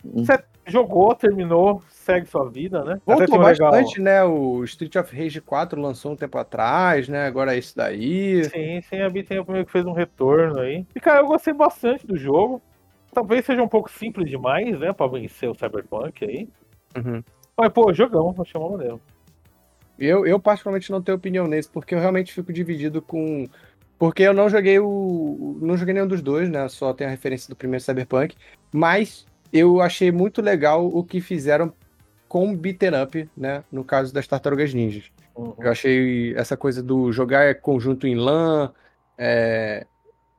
A: Você jogou, terminou, segue sua vida, né? Até tem
B: Voltou
A: um legal-
B: bastante, né? O Street of Rage 4 lançou um tempo atrás, né? Agora é isso daí.
A: Sim, sim, a beaten up meio que fez um retorno aí. E cara, eu gostei bastante do jogo. Talvez seja um pouco simples demais, né? Pra vencer o Cyberpunk aí.
B: Uhum.
A: Mas, pô, jogão, vou chamar maneiro.
B: Eu, eu particularmente não tenho opinião nesse, porque eu realmente fico dividido com. Porque eu não joguei o. não joguei nenhum dos dois, né? Só tenho a referência do primeiro Cyberpunk. Mas eu achei muito legal o que fizeram com o beaten up, né? No caso das tartarugas ninjas.
A: Uhum.
B: Eu achei essa coisa do jogar conjunto em LAN, é,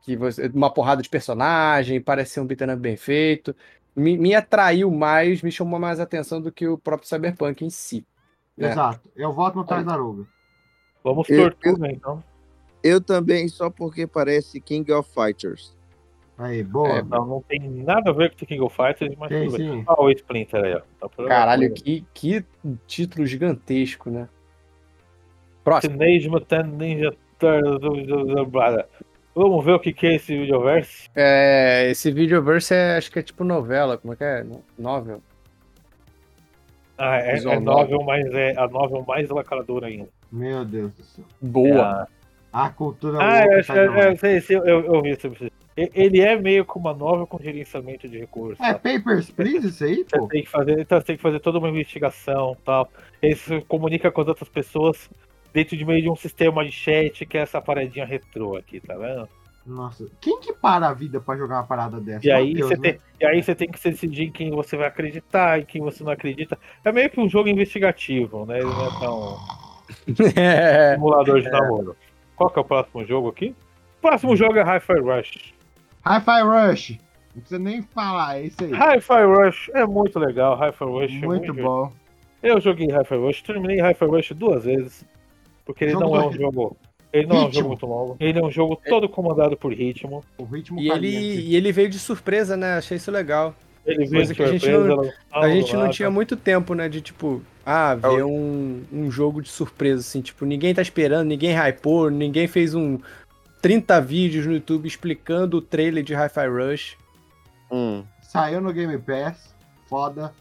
B: que você- uma porrada de personagem, parece ser um beat'em up bem feito. Me, me atraiu mais, me chamou mais atenção do que o próprio Cyberpunk em si.
A: é.
B: né?
D: Exato. Eu voto no Tartaruga.
A: Vamos
C: Eu-
A: tortuga então.
C: Eu também, só porque parece King of Fighters.
D: Aí, boa.
B: É,
A: Não, não tem nada a ver com o King of Fighters, mas
D: Sim,
A: tudo bem.
D: sim.
A: Olha o Splinter aí, ó. Tá por-
B: Caralho, que, que título gigantesco, né? Próximo.
A: Teenage Mutant Ninja Turtles. Vamos ver o que que é esse videoverse.
B: É, esse videoverse é, acho que é tipo novela, como é que é? No- Novel.
A: Ah, é, é
B: Visual
A: novel, mas é a novel mais lacradora ainda.
D: Meu Deus do céu.
B: Boa.
D: A cultura.
A: Ah, eu,
D: woke tá
A: acho- eu,
D: demais.
A: eu sei, sei, eu, eu vi sobre isso. E- Ele é meio que uma novel com gerenciamento de recursos.
D: É tipo.
A: tá?
D: Papers, Please isso aí,
A: Você
D: pô?
A: tem que fazer, então você tem que fazer toda uma investigação tal. Ele se comunica com as outras pessoas dentro de meio de um sistema de chat, que é essa paradinha retrô aqui, tá vendo?
D: Nossa, quem que para a vida pra jogar uma parada dessa?
A: E aí,
D: Mateus,
A: você
D: né?
A: tem, e aí você tem que se decidir em quem você vai acreditar e quem você não acredita. É meio que um jogo investigativo, né? Ele não é tão
B: É.
A: simulador de
D: É.
A: namoro. Qual que é o próximo jogo aqui? O próximo jogo é Hi-Fi Rush.
D: Hi-Fi Rush. Não precisa nem falar, é isso aí.
A: Hi-Fi Rush é muito legal, Hi-Fi Rush é
D: Muito bom.
A: Eu joguei Hi-Fi Rush, terminei Hi-Fi Rush duas vezes, porque ele
D: Jogo
A: não é
D: do
A: um
D: ri-
A: jogo. Ele não é um
D: ritmo.
A: jogo muito longo. Ele é um jogo todo comandado por ritmo.
D: O ritmo
B: E ele, e ele veio de surpresa, né? Achei isso legal.
A: Ele veio
B: Coisa
A: de
B: que a gente
A: surpresa, tá
B: não,
A: ela-
B: a gente não
A: ela-
B: tinha muito tempo, né? De tipo, ah, ver um, um jogo de surpresa, assim. Tipo, ninguém tá esperando, ninguém hypou, ninguém fez um 30 vídeos no YouTube explicando o trailer de Hi-Fi Rush.
C: Hum.
D: Saiu no Game Pass. Foda.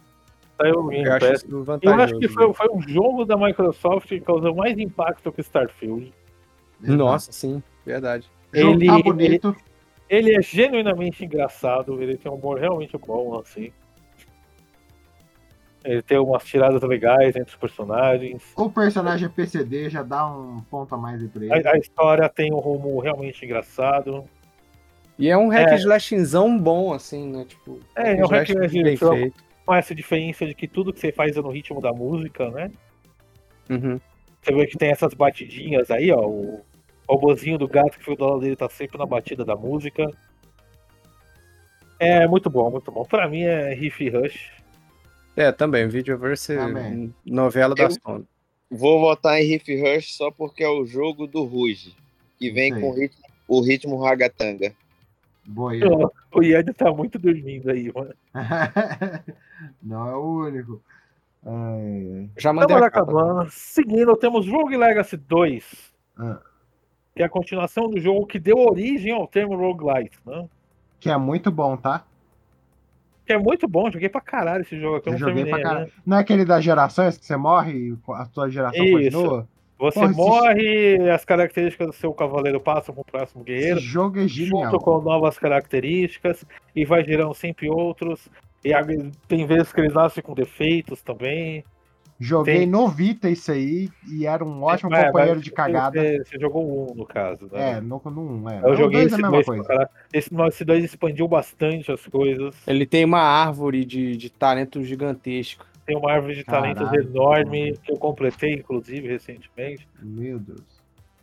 A: Saiu em
B: Tá Eu acho
A: PS.
B: isso
A: é. Eu
B: vantajoso,
A: acho que foi, foi um jogo da Microsoft que causou mais impacto que Starfield.
B: né? Nossa, sim, verdade.
D: Jogo
A: Ele,
D: tá bonito.
A: ele, ele é genuinamente engraçado, ele tem um humor realmente bom, assim. Ele tem umas tiradas legais entre os personagens.
D: O personagem é PCD, já dá um ponto a mais aí pra ele.
A: A, a história tem um rumo realmente engraçado.
B: E é um hack
A: É.
B: slashzão bom, assim, né? Tipo,
A: É, é um hack and
B: bem
A: slash.
B: feito.
A: Com essa diferença de que tudo que você faz é no ritmo da música, né?
B: Uhum.
A: Você vê que tem essas batidinhas aí, ó. O robozinho do gato que foi do lado dele tá sempre na batida da música. É muito bom, muito bom. Pra mim é Riff Rush.
B: É, também, Videoverse,
D: Amém.
B: novela da
C: Eu-
B: Sony.
C: Vou votar em Riff Rush só porque é o jogo do Ruge, que vem
D: Sim.
C: com o ritmo, o ritmo ragatanga.
D: Boa, Ian.
A: Ó, O Ied tá muito dormindo aí, mano.
D: Não é o único. Ai, ai.
B: Já mandei
A: Estamos
B: a
D: né?
B: capa.
A: acabando. Seguindo, temos Rogue Legacy 2.
D: Ah.
A: Que é a continuação do jogo que deu origem ao termo roguelite, né?
D: Que é muito bom, tá?
A: Que é muito bom, joguei pra caralho esse jogo aqui, eu
D: Eu
A: não
D: joguei
A: terminei,
D: pra
A: né?
D: caralho. Não é aquele das gerações que você morre e a sua geração
A: Isso.
D: continua?
A: Você
D: Porra, esse-
A: morre, as características do seu cavaleiro passam pro próximo
D: Esse
A: guerreiro,
D: jogo é
A: junto
D: genial.
A: com novas características, e vai gerando sempre outros. E a- tem vezes que eles nascem com defeitos também.
D: Joguei
A: Tem-
D: no Vita isso aí e era um ótimo
A: É,
D: companheiro
A: mas
D: de cagada.
A: Você, você jogou um, no caso, né?
D: É, no 1, é.
A: Eu
D: No
A: joguei
D: dois
A: esse
D: é a mesma
A: dois,
D: coisa.
A: cara. Esse, nosso- esse dois expandiu bastante as coisas.
B: Ele tem uma árvore de, de talento gigantesco.
A: Tem uma árvore de talentos
D: Caralho.
A: enorme que eu completei, inclusive, recentemente.
D: Meu Deus.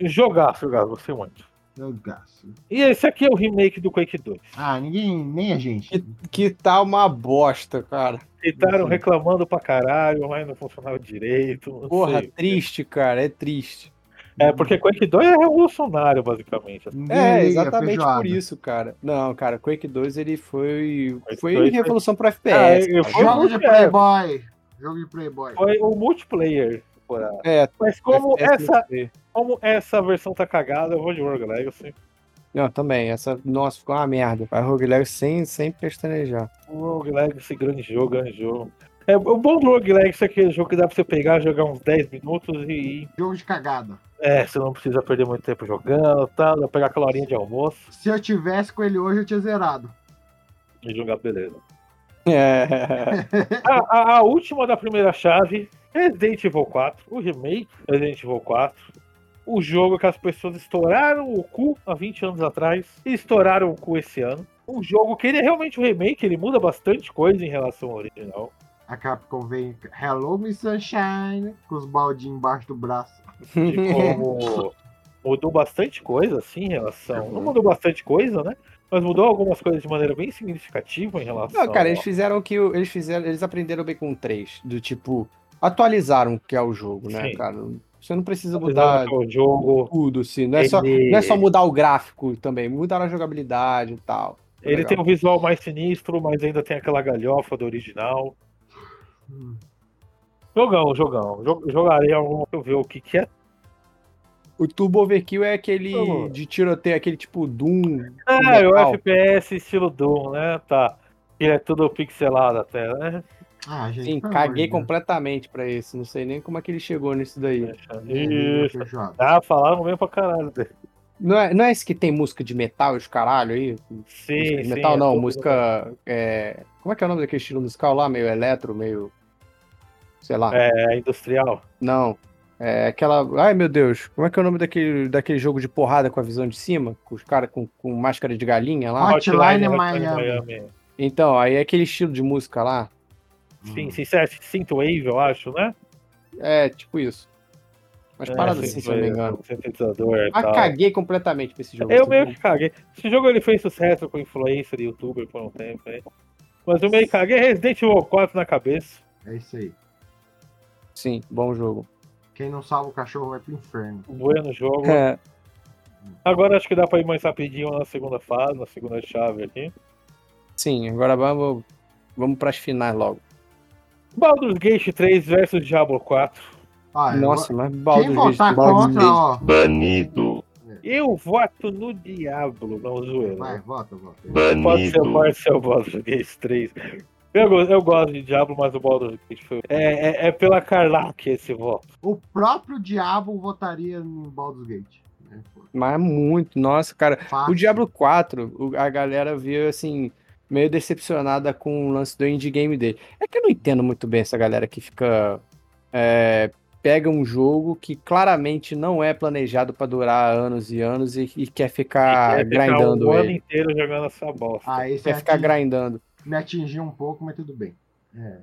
A: Jogaço, jogaço, gostei muito.
D: Eu gasto.
A: um E esse aqui é o remake do Quake 2.
D: Ah, ninguém. Nem a gente.
B: Que tá uma bosta, cara.
A: Tentaram
D: Sim.
A: reclamando pra caralho, mas não funcionava direito. não
B: Porra,
A: sei.
B: triste, cara, é triste.
A: É, porque Quake 2 é revolucionário, basicamente.
D: Ninguém
B: É,
D: liga,
B: exatamente
D: feijoada.
B: por isso, cara. Não, cara, Quake 2 ele foi
A: Quake
B: foi
A: 2 foi-
B: revolução pro FPS.
A: Ah, eu-
B: cara.
A: eu-
D: Jogo de
A: É.
D: Playboy. Jogo de Playboy.
A: Foi o multiplayer. porra.
B: É,
A: Mas como
B: FPS
A: essa,
B: multiplayer.
A: como essa versão tá cagada, eu vou de Rogue Legacy.
B: Não, também, essa, nossa, ficou uma merda. A Rogue Legacy sem sem pestanejar.
A: Rogue Legacy, grande jogo, grande jogo. É, o bom do Rogue Legacy é aquele jogo que dá pra você pegar, jogar uns 10 minutos e.
D: Jogo de cagada.
A: É, você não precisa perder muito tempo jogando, tá? Dá pra pegar aquela horinha de almoço
D: Se eu tivesse com ele hoje, eu tinha zerado.
A: e jogar, beleza.
B: É.
A: A, a- a última da primeira chave, Resident Evil 4, o remake Resident Evil 4. O jogo que as pessoas estouraram o cu há 20 anos atrás e estouraram o cu esse ano. Um jogo que ele é realmente um remake, ele muda bastante coisa em relação ao original.
D: A Capcom vem. Hello, Miss Sunshine. Com os baldinhos embaixo do braço.
A: De como Tipo, mudou bastante coisa, assim, em relação.
B: Uhum.
A: Não mudou bastante coisa, né? Mas mudou algumas coisas de maneira bem significativa em relação.
B: Não, Ah, cara, eles
A: ao-
B: fizeram o que o- eles fizeram, eles aprenderam bem com o 3, do tipo, atualizaram o que é o jogo, né,
A: Sim.
B: cara? Você não precisa
A: Apesar
B: mudar
A: de que é o jogo.
B: tudo, assim. Não é, só,
A: Ele-
B: não é só mudar o gráfico também, mudar a jogabilidade e tal. Foi
A: Ele
B: legal.
A: tem um visual mais sinistro, mas ainda tem aquela galhofa do original.
D: Hum.
A: Jogão, jogão. Jo- Jogarei algum pra eu ver o que, que é.
B: O Turbo Overkill é aquele
A: Vamos.
B: de tiroteio, aquele tipo Doom.
A: Ah, é o
B: metal.
A: FPS estilo Doom, né? Tá. Ele é tudo pixelado até, né?
D: Ah, gente.
B: Sim,
D: pelo
B: caguei
D: amor de
B: completamente pra esse. Não sei nem como é que ele chegou nisso daí.
D: Deus.
A: Isso.
D: Feijoada.
A: Ah, falaram bem pra caralho. dele.
B: Não é, não é esse que tem música de metal e os caralho aí?
A: Sim,
B: música de
A: sim.
B: metal
A: é
B: não,
A: tudo-
B: música. é, Como é que é o nome daquele estilo musical lá? Meio eletro, meio. Sei lá.
A: É, industrial.
B: Não. É aquela. Ai meu Deus, como é que é o nome daquele, daquele jogo de porrada com a visão de cima? Com os caras com, com máscara de galinha lá?
D: Hotline Miami. Miami.
B: Então, aí é aquele estilo de música lá.
A: Sim, sim, é Synthwave, eu acho, né?
B: É, tipo isso.
A: É,
B: Mas parada assim, se eu não me engano. Ah, caguei completamente pra esse é jogo.
A: Eu meio que caguei. Esse jogo ele fez sucesso com influência de youtuber por um tempo aí. Mas eu meio que caguei Resident Evil 4 na cabeça.
D: É isso aí.
B: Sim, bom jogo.
D: Quem não salva o cachorro vai pro inferno.
A: Bueno jogo.
B: É.
A: Agora acho que dá pra ir mais rapidinho na segunda fase, na segunda chave aqui.
B: Sim, agora vamos, vamos pras finais logo.
A: Baldur's Gate 3 versus Diablo 4.
D: Ah, eu
B: Nossa,
D: vou-
B: mas Baldur's
D: Quem votar
B: Gate, Baldur's
D: contra,
B: Gate.
D: ó.
N: Banido.
A: Eu voto no Diablo, não zoeira.
D: Vai, vota, vota.
A: Pode ser,
N: Banido.
A: pode ser o Baldur's Gate 3. Eu, go- eu gosto de Diablo, mas o Baldur's Gate foi. É, é, é pela Carlac esse voto.
D: O próprio diabo votaria no Baldur's Gate. né?
B: Mas é muito, nossa, cara.
D: Fácil.
B: O Diablo 4, o- a galera veio assim, meio decepcionada com o lance do indie game dele. É que eu não entendo muito bem essa galera que fica. é, pega um jogo que claramente não é planejado pra durar anos e anos e, e quer ficar
A: É ficar
B: Ah, grindando
A: o ano
B: ele.
A: inteiro jogando essa bosta.
D: Ah, esse
B: Quer ficar
D: ating-
B: grindando.
D: me atingiu um pouco, mas tudo bem. É.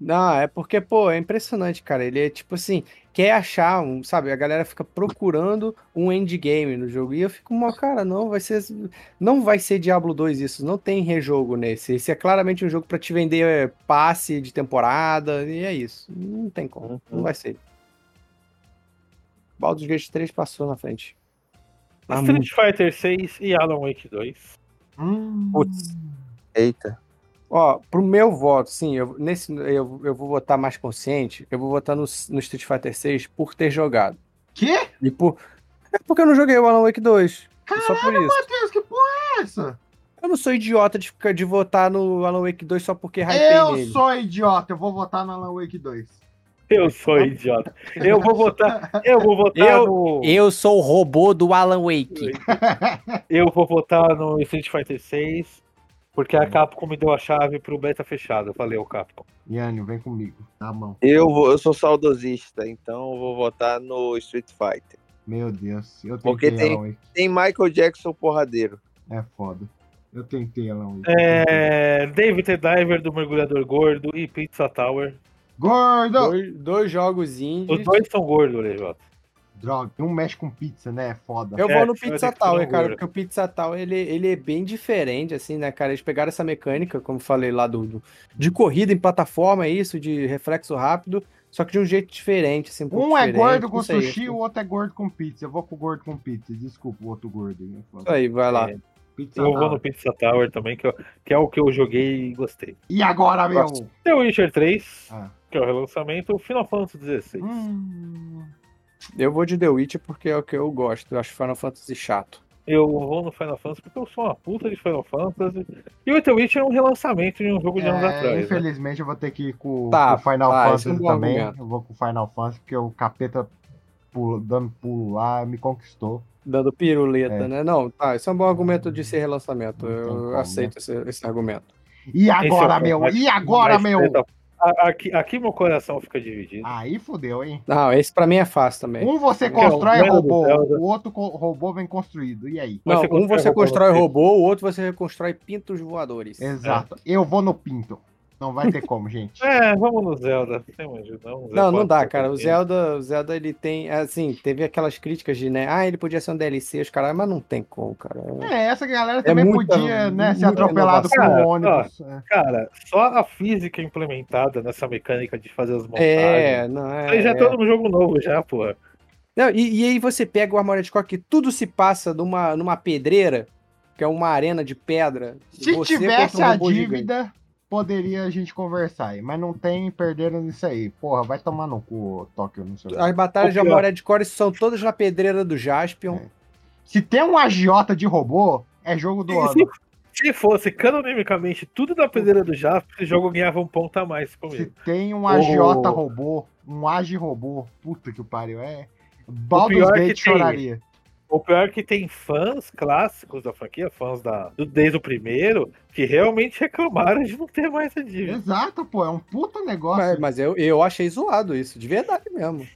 B: Não, é porque, pô, é impressionante, cara. Ele é tipo assim, quer achar um, sabe? A galera fica procurando um endgame no jogo. E eu fico, uma cara, não vai ser, não vai ser Diablo 2 isso. Não tem rejogo nesse. Esse é claramente um jogo pra te vender é, passe de temporada. E é isso. Não tem como. Não vai ser. Baldur's Gate 3 passou na frente. Ah,
A: Street Fighter 6 e Alan Wake 2.
D: Hum.
B: Putz.
C: Eita.
B: Ó, pro meu voto, sim, eu, nesse, eu, eu vou votar mais consciente, eu vou votar no, no Street Fighter 6 por ter jogado.
D: Quê?
B: E por... É porque eu não joguei o Alan Wake 2. só por
D: Caralho,
B: isso.
D: Matheus, que porra é essa?
B: Eu não sou idiota de, ficar, de votar no Alan Wake 2 só porque hypei
D: Eu
B: nele.
D: sou idiota, eu vou votar na Alan Wake 2.
A: Eu sou um idiota. Eu vou votar. Eu vou votar
B: Eu-
A: no.
B: Eu sou o robô do Alan Wake.
A: Eu vou votar no Street Fighter 6. Porque
D: Uhum.
A: a Capcom me deu a chave pro beta fechado. Valeu, Capcom.
D: Yannio, vem comigo. Tá Na mão.
C: Eu, vou, eu sou saudosista, então eu vou votar no Street Fighter.
D: Meu Deus, eu
C: Porque
D: tentei
C: tem-
D: Alan Wake.
C: Tem Michael Jackson porradeiro.
D: É foda. Eu tentei Alan Wake.
A: É, David the Diver do Mergulhador Gordo e Pizza Tower.
D: Gordo!
B: Dois, dois jogos
A: Os
B: indies.
A: dois são gordos, Lejota.
D: Droga, um mexe com pizza, né? É foda.
B: Eu
A: É,
B: vou no
A: vai
B: Pizza
A: ter que ser um
B: Tower, cara,
A: Gura.
B: porque o Pizza Tower ele, ele é bem diferente, assim, né, cara? Eles pegaram essa mecânica, como falei lá, do, do- de corrida em plataforma, é isso, de reflexo rápido, só que de um jeito diferente, assim, um pouco
D: Um é
B: diferente,
D: gordo com
B: não sei,
D: sushi, o
B: assim.
D: outro é gordo com pizza. Eu vou pro gordo com pizza. Desculpa o outro gordo. né?
B: Isso aí, vai lá.
A: É.
D: Pizza
A: Eu
D: Tower.
A: vou no Pizza Tower também, que, eu- que é o que eu joguei e gostei.
D: E agora, meu?
B: Próximo.
A: The Witcher 3,
D: Ah.
A: que é o relançamento, Final Fantasy XVI.
D: Hum.
B: Eu vou de The Witch porque é o que eu gosto, eu acho Final Fantasy chato.
A: Eu vou no Final Fantasy porque eu sou uma puta de Final Fantasy. E o The Witcher é um relançamento de um jogo de anos
D: É,
A: atrás. né?
D: infelizmente eu vou ter que ir com,
B: Tá,
D: com o Final
B: tá, isso é um
D: Fantasy
B: bom
D: também.
B: argumento.
D: Eu vou com o Final Fantasy, porque o capeta pulo- dando pulo lá me conquistou.
B: Dando piruleta,
D: É.
B: né? Não, tá, isso é um bom argumento de ser relançamento, eu
D: Não tem como,
B: aceito esse, esse argumento.
D: E
A: Esse é o
D: agora,
A: ponto
D: meu?
A: mais-
D: E agora,
A: mais
D: meu?
A: treta. A- Aqui, aqui meu coração fica dividido.
D: Aí fudeu, hein?
B: Não, esse pra mim é fácil também.
D: Um você
A: Não,
D: constrói
A: não,
D: robô,
A: não.
D: o outro co- robô vem construído. E aí?
B: Não,
A: você
B: um
A: constrói
B: você
A: robô,
B: constrói
A: você-
B: robô, o outro você reconstrói pintos voadores.
D: Exato. Eu vou no pinto. Não vai ter como, gente.
A: É, vamos no Zelda. Tem um jeito, não,
B: Não, não dá, cara. O Zelda, o Zelda, ele tem, assim, teve aquelas críticas de, né? Ah, ele podia ser um DLC, os caras, mas não tem como, cara.
D: É, essa galera também
B: muita-
D: podia, né, ser
B: muita
D: atropelado com
A: inovação.
D: um ônibus. É.
A: Cara, só a física implementada nessa mecânica de fazer as montagens.
B: É, não é.
A: Isso aí já é
B: é.
A: todo um jogo novo, já, pô.
B: Não, e, e aí você pega o Armored Core que tudo se passa numa, numa pedreira, que é uma arena de pedra. e
D: Se
B: você
D: tivesse
B: contra um
D: a
B: robô gigante.
D: dívida, poderia a gente conversar aí. Mas não tem, perderam isso aí. Porra, vai tomar no cu, ô, Tóquio, não sei o quê.
B: As batalhas de
A: O pior.
B: Armored Core são todas na pedreira do Jaspion.
D: Se tem um agiota de robô, é jogo do ano.
A: Se, se fosse canonicamente tudo da pedreira do Jasper, esse jogo ganhava um ponto a mais
D: Se
A: comigo.
D: tem um agiota robô, um agi robô, puta que pariu, é. Baldur's
A: pior é que
D: Gate
A: tem.
D: choraria.
A: O pior é que tem fãs clássicos da franquia, fãs da, do, desde o primeiro, que realmente reclamaram de não ter mais a dívida.
D: Exato, pô, é um puta negócio.
B: Mas, mas eu, eu achei zoado isso, de verdade mesmo.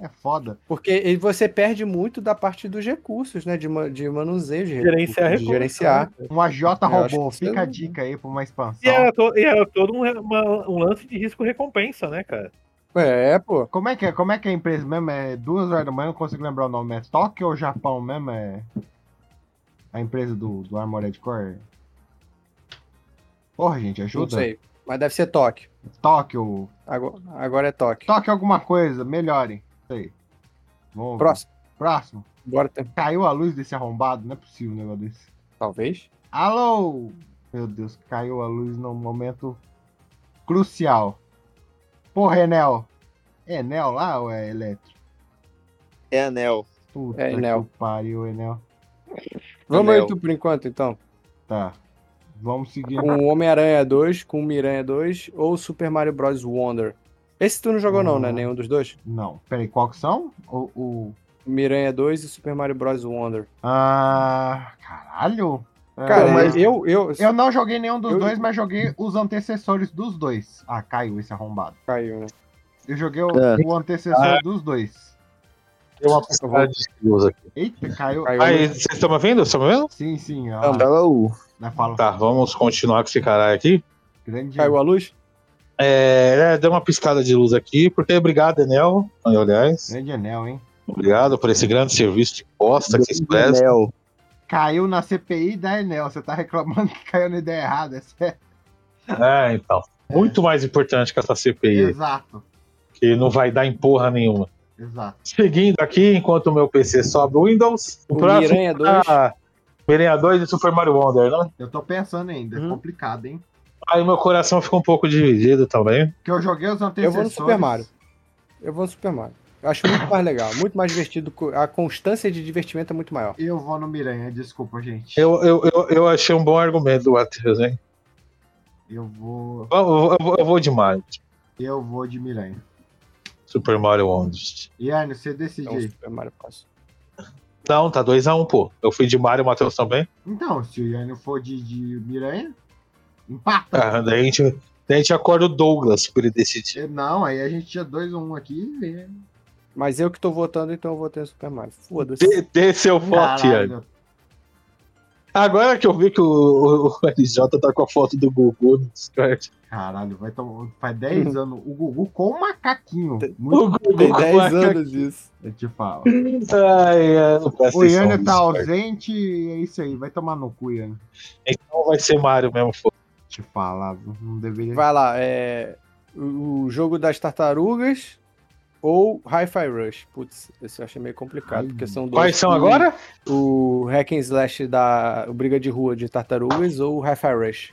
D: É foda.
B: Porque você perde muito da parte dos recursos, né? De, ma de manuseio, de
O: gerenciar
B: recursos. De gerenciar.
D: Um AJ robô, fica a dica aí pra uma expansão.
O: E era, to e era todo um, uma, um lance de risco-recompensa, né, cara?
B: É, pô.
D: Como é que é, como é, que é a empresa mesmo? É duas horas da manhã, não consigo lembrar o nome. É Tóquio ou Japão mesmo? É a empresa do, do Armored Core? Porra, gente, ajuda.
B: Não sei, mas deve ser Tóquio.
D: Tóquio.
B: Agora, agora é Tóquio.
D: Tóquio alguma coisa, melhore. Sei.
B: Vamos Próximo.
D: Ver. Próximo.
B: Bora tem.
D: Caiu a luz desse arrombado? Não é possível um negócio desse.
B: Talvez.
D: Alô! Meu Deus, caiu a luz num momento crucial. Porra, Enel. É Enel lá ou é Eletro?
C: É Anel.
D: Puta
B: É Enel.
D: que pariu, Enel.
B: Vamos
C: Anel.
B: aí tu por enquanto, então.
D: Tá. Vamos seguir.
B: Com Homem-Aranha 2, com Miranha 2 ou Super Mario Bros. Wonder. Esse tu não jogou, não,
D: Hum.
B: né? Nenhum dos dois?
D: Não. Peraí, qual que são? O. o...
B: Miranha 2 e Super Mario Bros. Wonder.
D: Ah. Caralho!
B: Cara,
D: É,
B: mas eu, eu,
D: Eu não joguei nenhum dos
B: Eu-
D: dois, mas joguei os antecessores dos dois. Ah, caiu esse arrombado.
B: Caiu, né?
D: Eu joguei o,
A: É.
D: o antecessor dos dois.
A: Tem uma possibilidade de skills aqui.
D: Eita, caiu.
B: Caiu.
A: Aí, vocês estão me ouvindo? Estão me ouvindo?
D: Sim, sim. Ó,
B: Tamo.
C: Hello.
D: né, fala.
A: Tá, vamos continuar com esse caralho aqui.
D: Grande.
B: Caiu a luz?
A: É, é, deu uma piscada de luz aqui, porque obrigado, Enel, aliás.
D: Grande anel, hein?
A: Obrigado por esse grande serviço de posta que vocês prestam.
C: Anel.
D: Caiu na CPI da Enel. Você tá reclamando que caiu na ideia errada. é sério.
A: É, então. Muito mais importante que essa CPI,
D: Exato.
A: que não vai dar em porra nenhuma.
D: Exato.
A: Seguindo aqui, enquanto o meu PC sobe o Windows, o,
B: O
A: próximo.
B: Miranha 2.
A: Ah, Miranha 2 e Super Mario Wonder, né?
D: Eu tô pensando ainda.
B: Uhum.
D: É complicado, hein?
A: Aí meu coração fica um pouco dividido também.
D: Porque eu joguei os
B: Eu
D: antecessores.
B: vou no Super Mario. Eu vou no Super Mario. Eu acho muito mais legal, muito mais divertido. co- A constância de divertimento é muito maior.
D: Eu vou no Miranha. Desculpa, gente.
A: Eu, eu, eu, eu achei um bom argumento do Matheus, hein?
D: Eu vou.
A: Eu, eu- eu- eu vou demais.
D: Eu vou de Miranha.
A: Super Mario Wonder.
D: Yannis, você
B: Então,
D: decidir.
B: Super Mario Bros.
A: Não, tá 2x1, pô. Eu fui de Mario e o Matheus também.
D: Então, se o Yannis for de, de Miranha, empata.
A: Ah, daí, a gente, daí a gente acorda o Douglas pra ele decidir.
D: É, Não, aí a gente tinha 2 ou 1 um aqui. e-
B: Mas eu que tô votando, então eu votei no Super Mario. Foda-se.
A: Dê, dê seu voto, Ian.
D: Caralho.
A: Agora que eu vi que o, o, o RJ tá com a foto do Gugu no Discord.
D: Caralho, vai tomar. Faz
B: Uhum.
D: 10 anos. O Gugu com o macaquinho.
B: Tá.
A: O
D: Muito
A: Gugu
B: Tem
A: com
B: 10
A: a-
B: anos isso.
D: eu te falo.
A: Ai, ai, não presta
D: O
A: atenção
D: Yannis
A: no
D: tá
A: Discord.
D: ausente e é isso aí. Vai tomar no cu, Yannis.
A: Então vai ser Mario mesmo, pô.
D: Te falar, viu? não deveria.
B: Vai lá, é. O o jogo das tartarugas ou Hi-Fi Rush. Putz, esse eu achei meio complicado,
D: Ai,
B: porque são dois.
A: Quais são
B: que-
A: agora?
B: O Hack and Slash da. O Briga de Rua de Tartarugas ou o Hi-Fi Rush.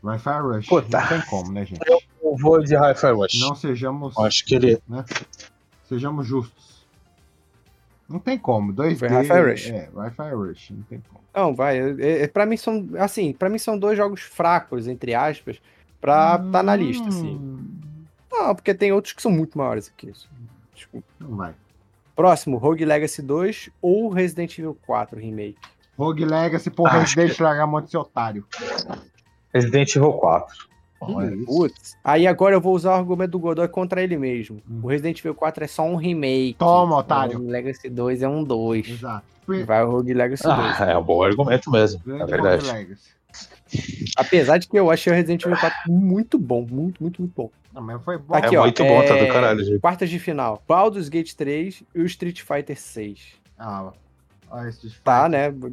D: Vai Fire Rush.
A: Pô,
D: Não
A: tá.
D: tem como, né, gente?
A: Eu vou de Hi-Fi Rush.
D: Não sejamos. né,
A: Eu Acho que ele.
D: Sejamos justos. Não tem como. 2D.
B: Foi Hi-Fi Rush.
D: É, Wi-Fi Rush. Não tem como.
B: Não, vai. É, é, pra mim são. Assim, pra mim são dois jogos fracos, entre aspas, pra tá na lista, assim.
D: Hum,
B: Não, porque tem outros que são muito maiores que isso. Desculpa.
D: Não vai.
B: Próximo, Rogue Legacy 2 ou Resident Evil 4 Remake.
D: Rogue Legacy, porra,
A: Acho
D: Resident estragar um monte de otário.
A: Resident Evil 4.
D: Olha isso.
B: Putz. Aí agora eu vou usar o argumento do Godoy contra ele mesmo.
D: Hum.
B: O Resident Evil 4 é só um remake.
D: Toma, otário. Hum.
B: O Rogue Legacy 2 é um 2.
D: Exato. Foi-
B: Vai o Rogue Legacy 2.
A: Ah, é um bom argumento mesmo,
B: É
D: Grande
A: na verdade.
D: Rogue Legacy.
B: Apesar de que eu achei o Resident Evil 4 muito bom, muito, muito, muito bom.
D: Não, mas foi bom.
B: Tá aqui,
A: é
B: ó.
A: muito bom, tá do caralho, gente.
B: Quartas de final. Baldur's Gate 3 e o Street Fighter 6.
D: Ah, ó, esses
B: Tá,
A: Ah.
D: fatos.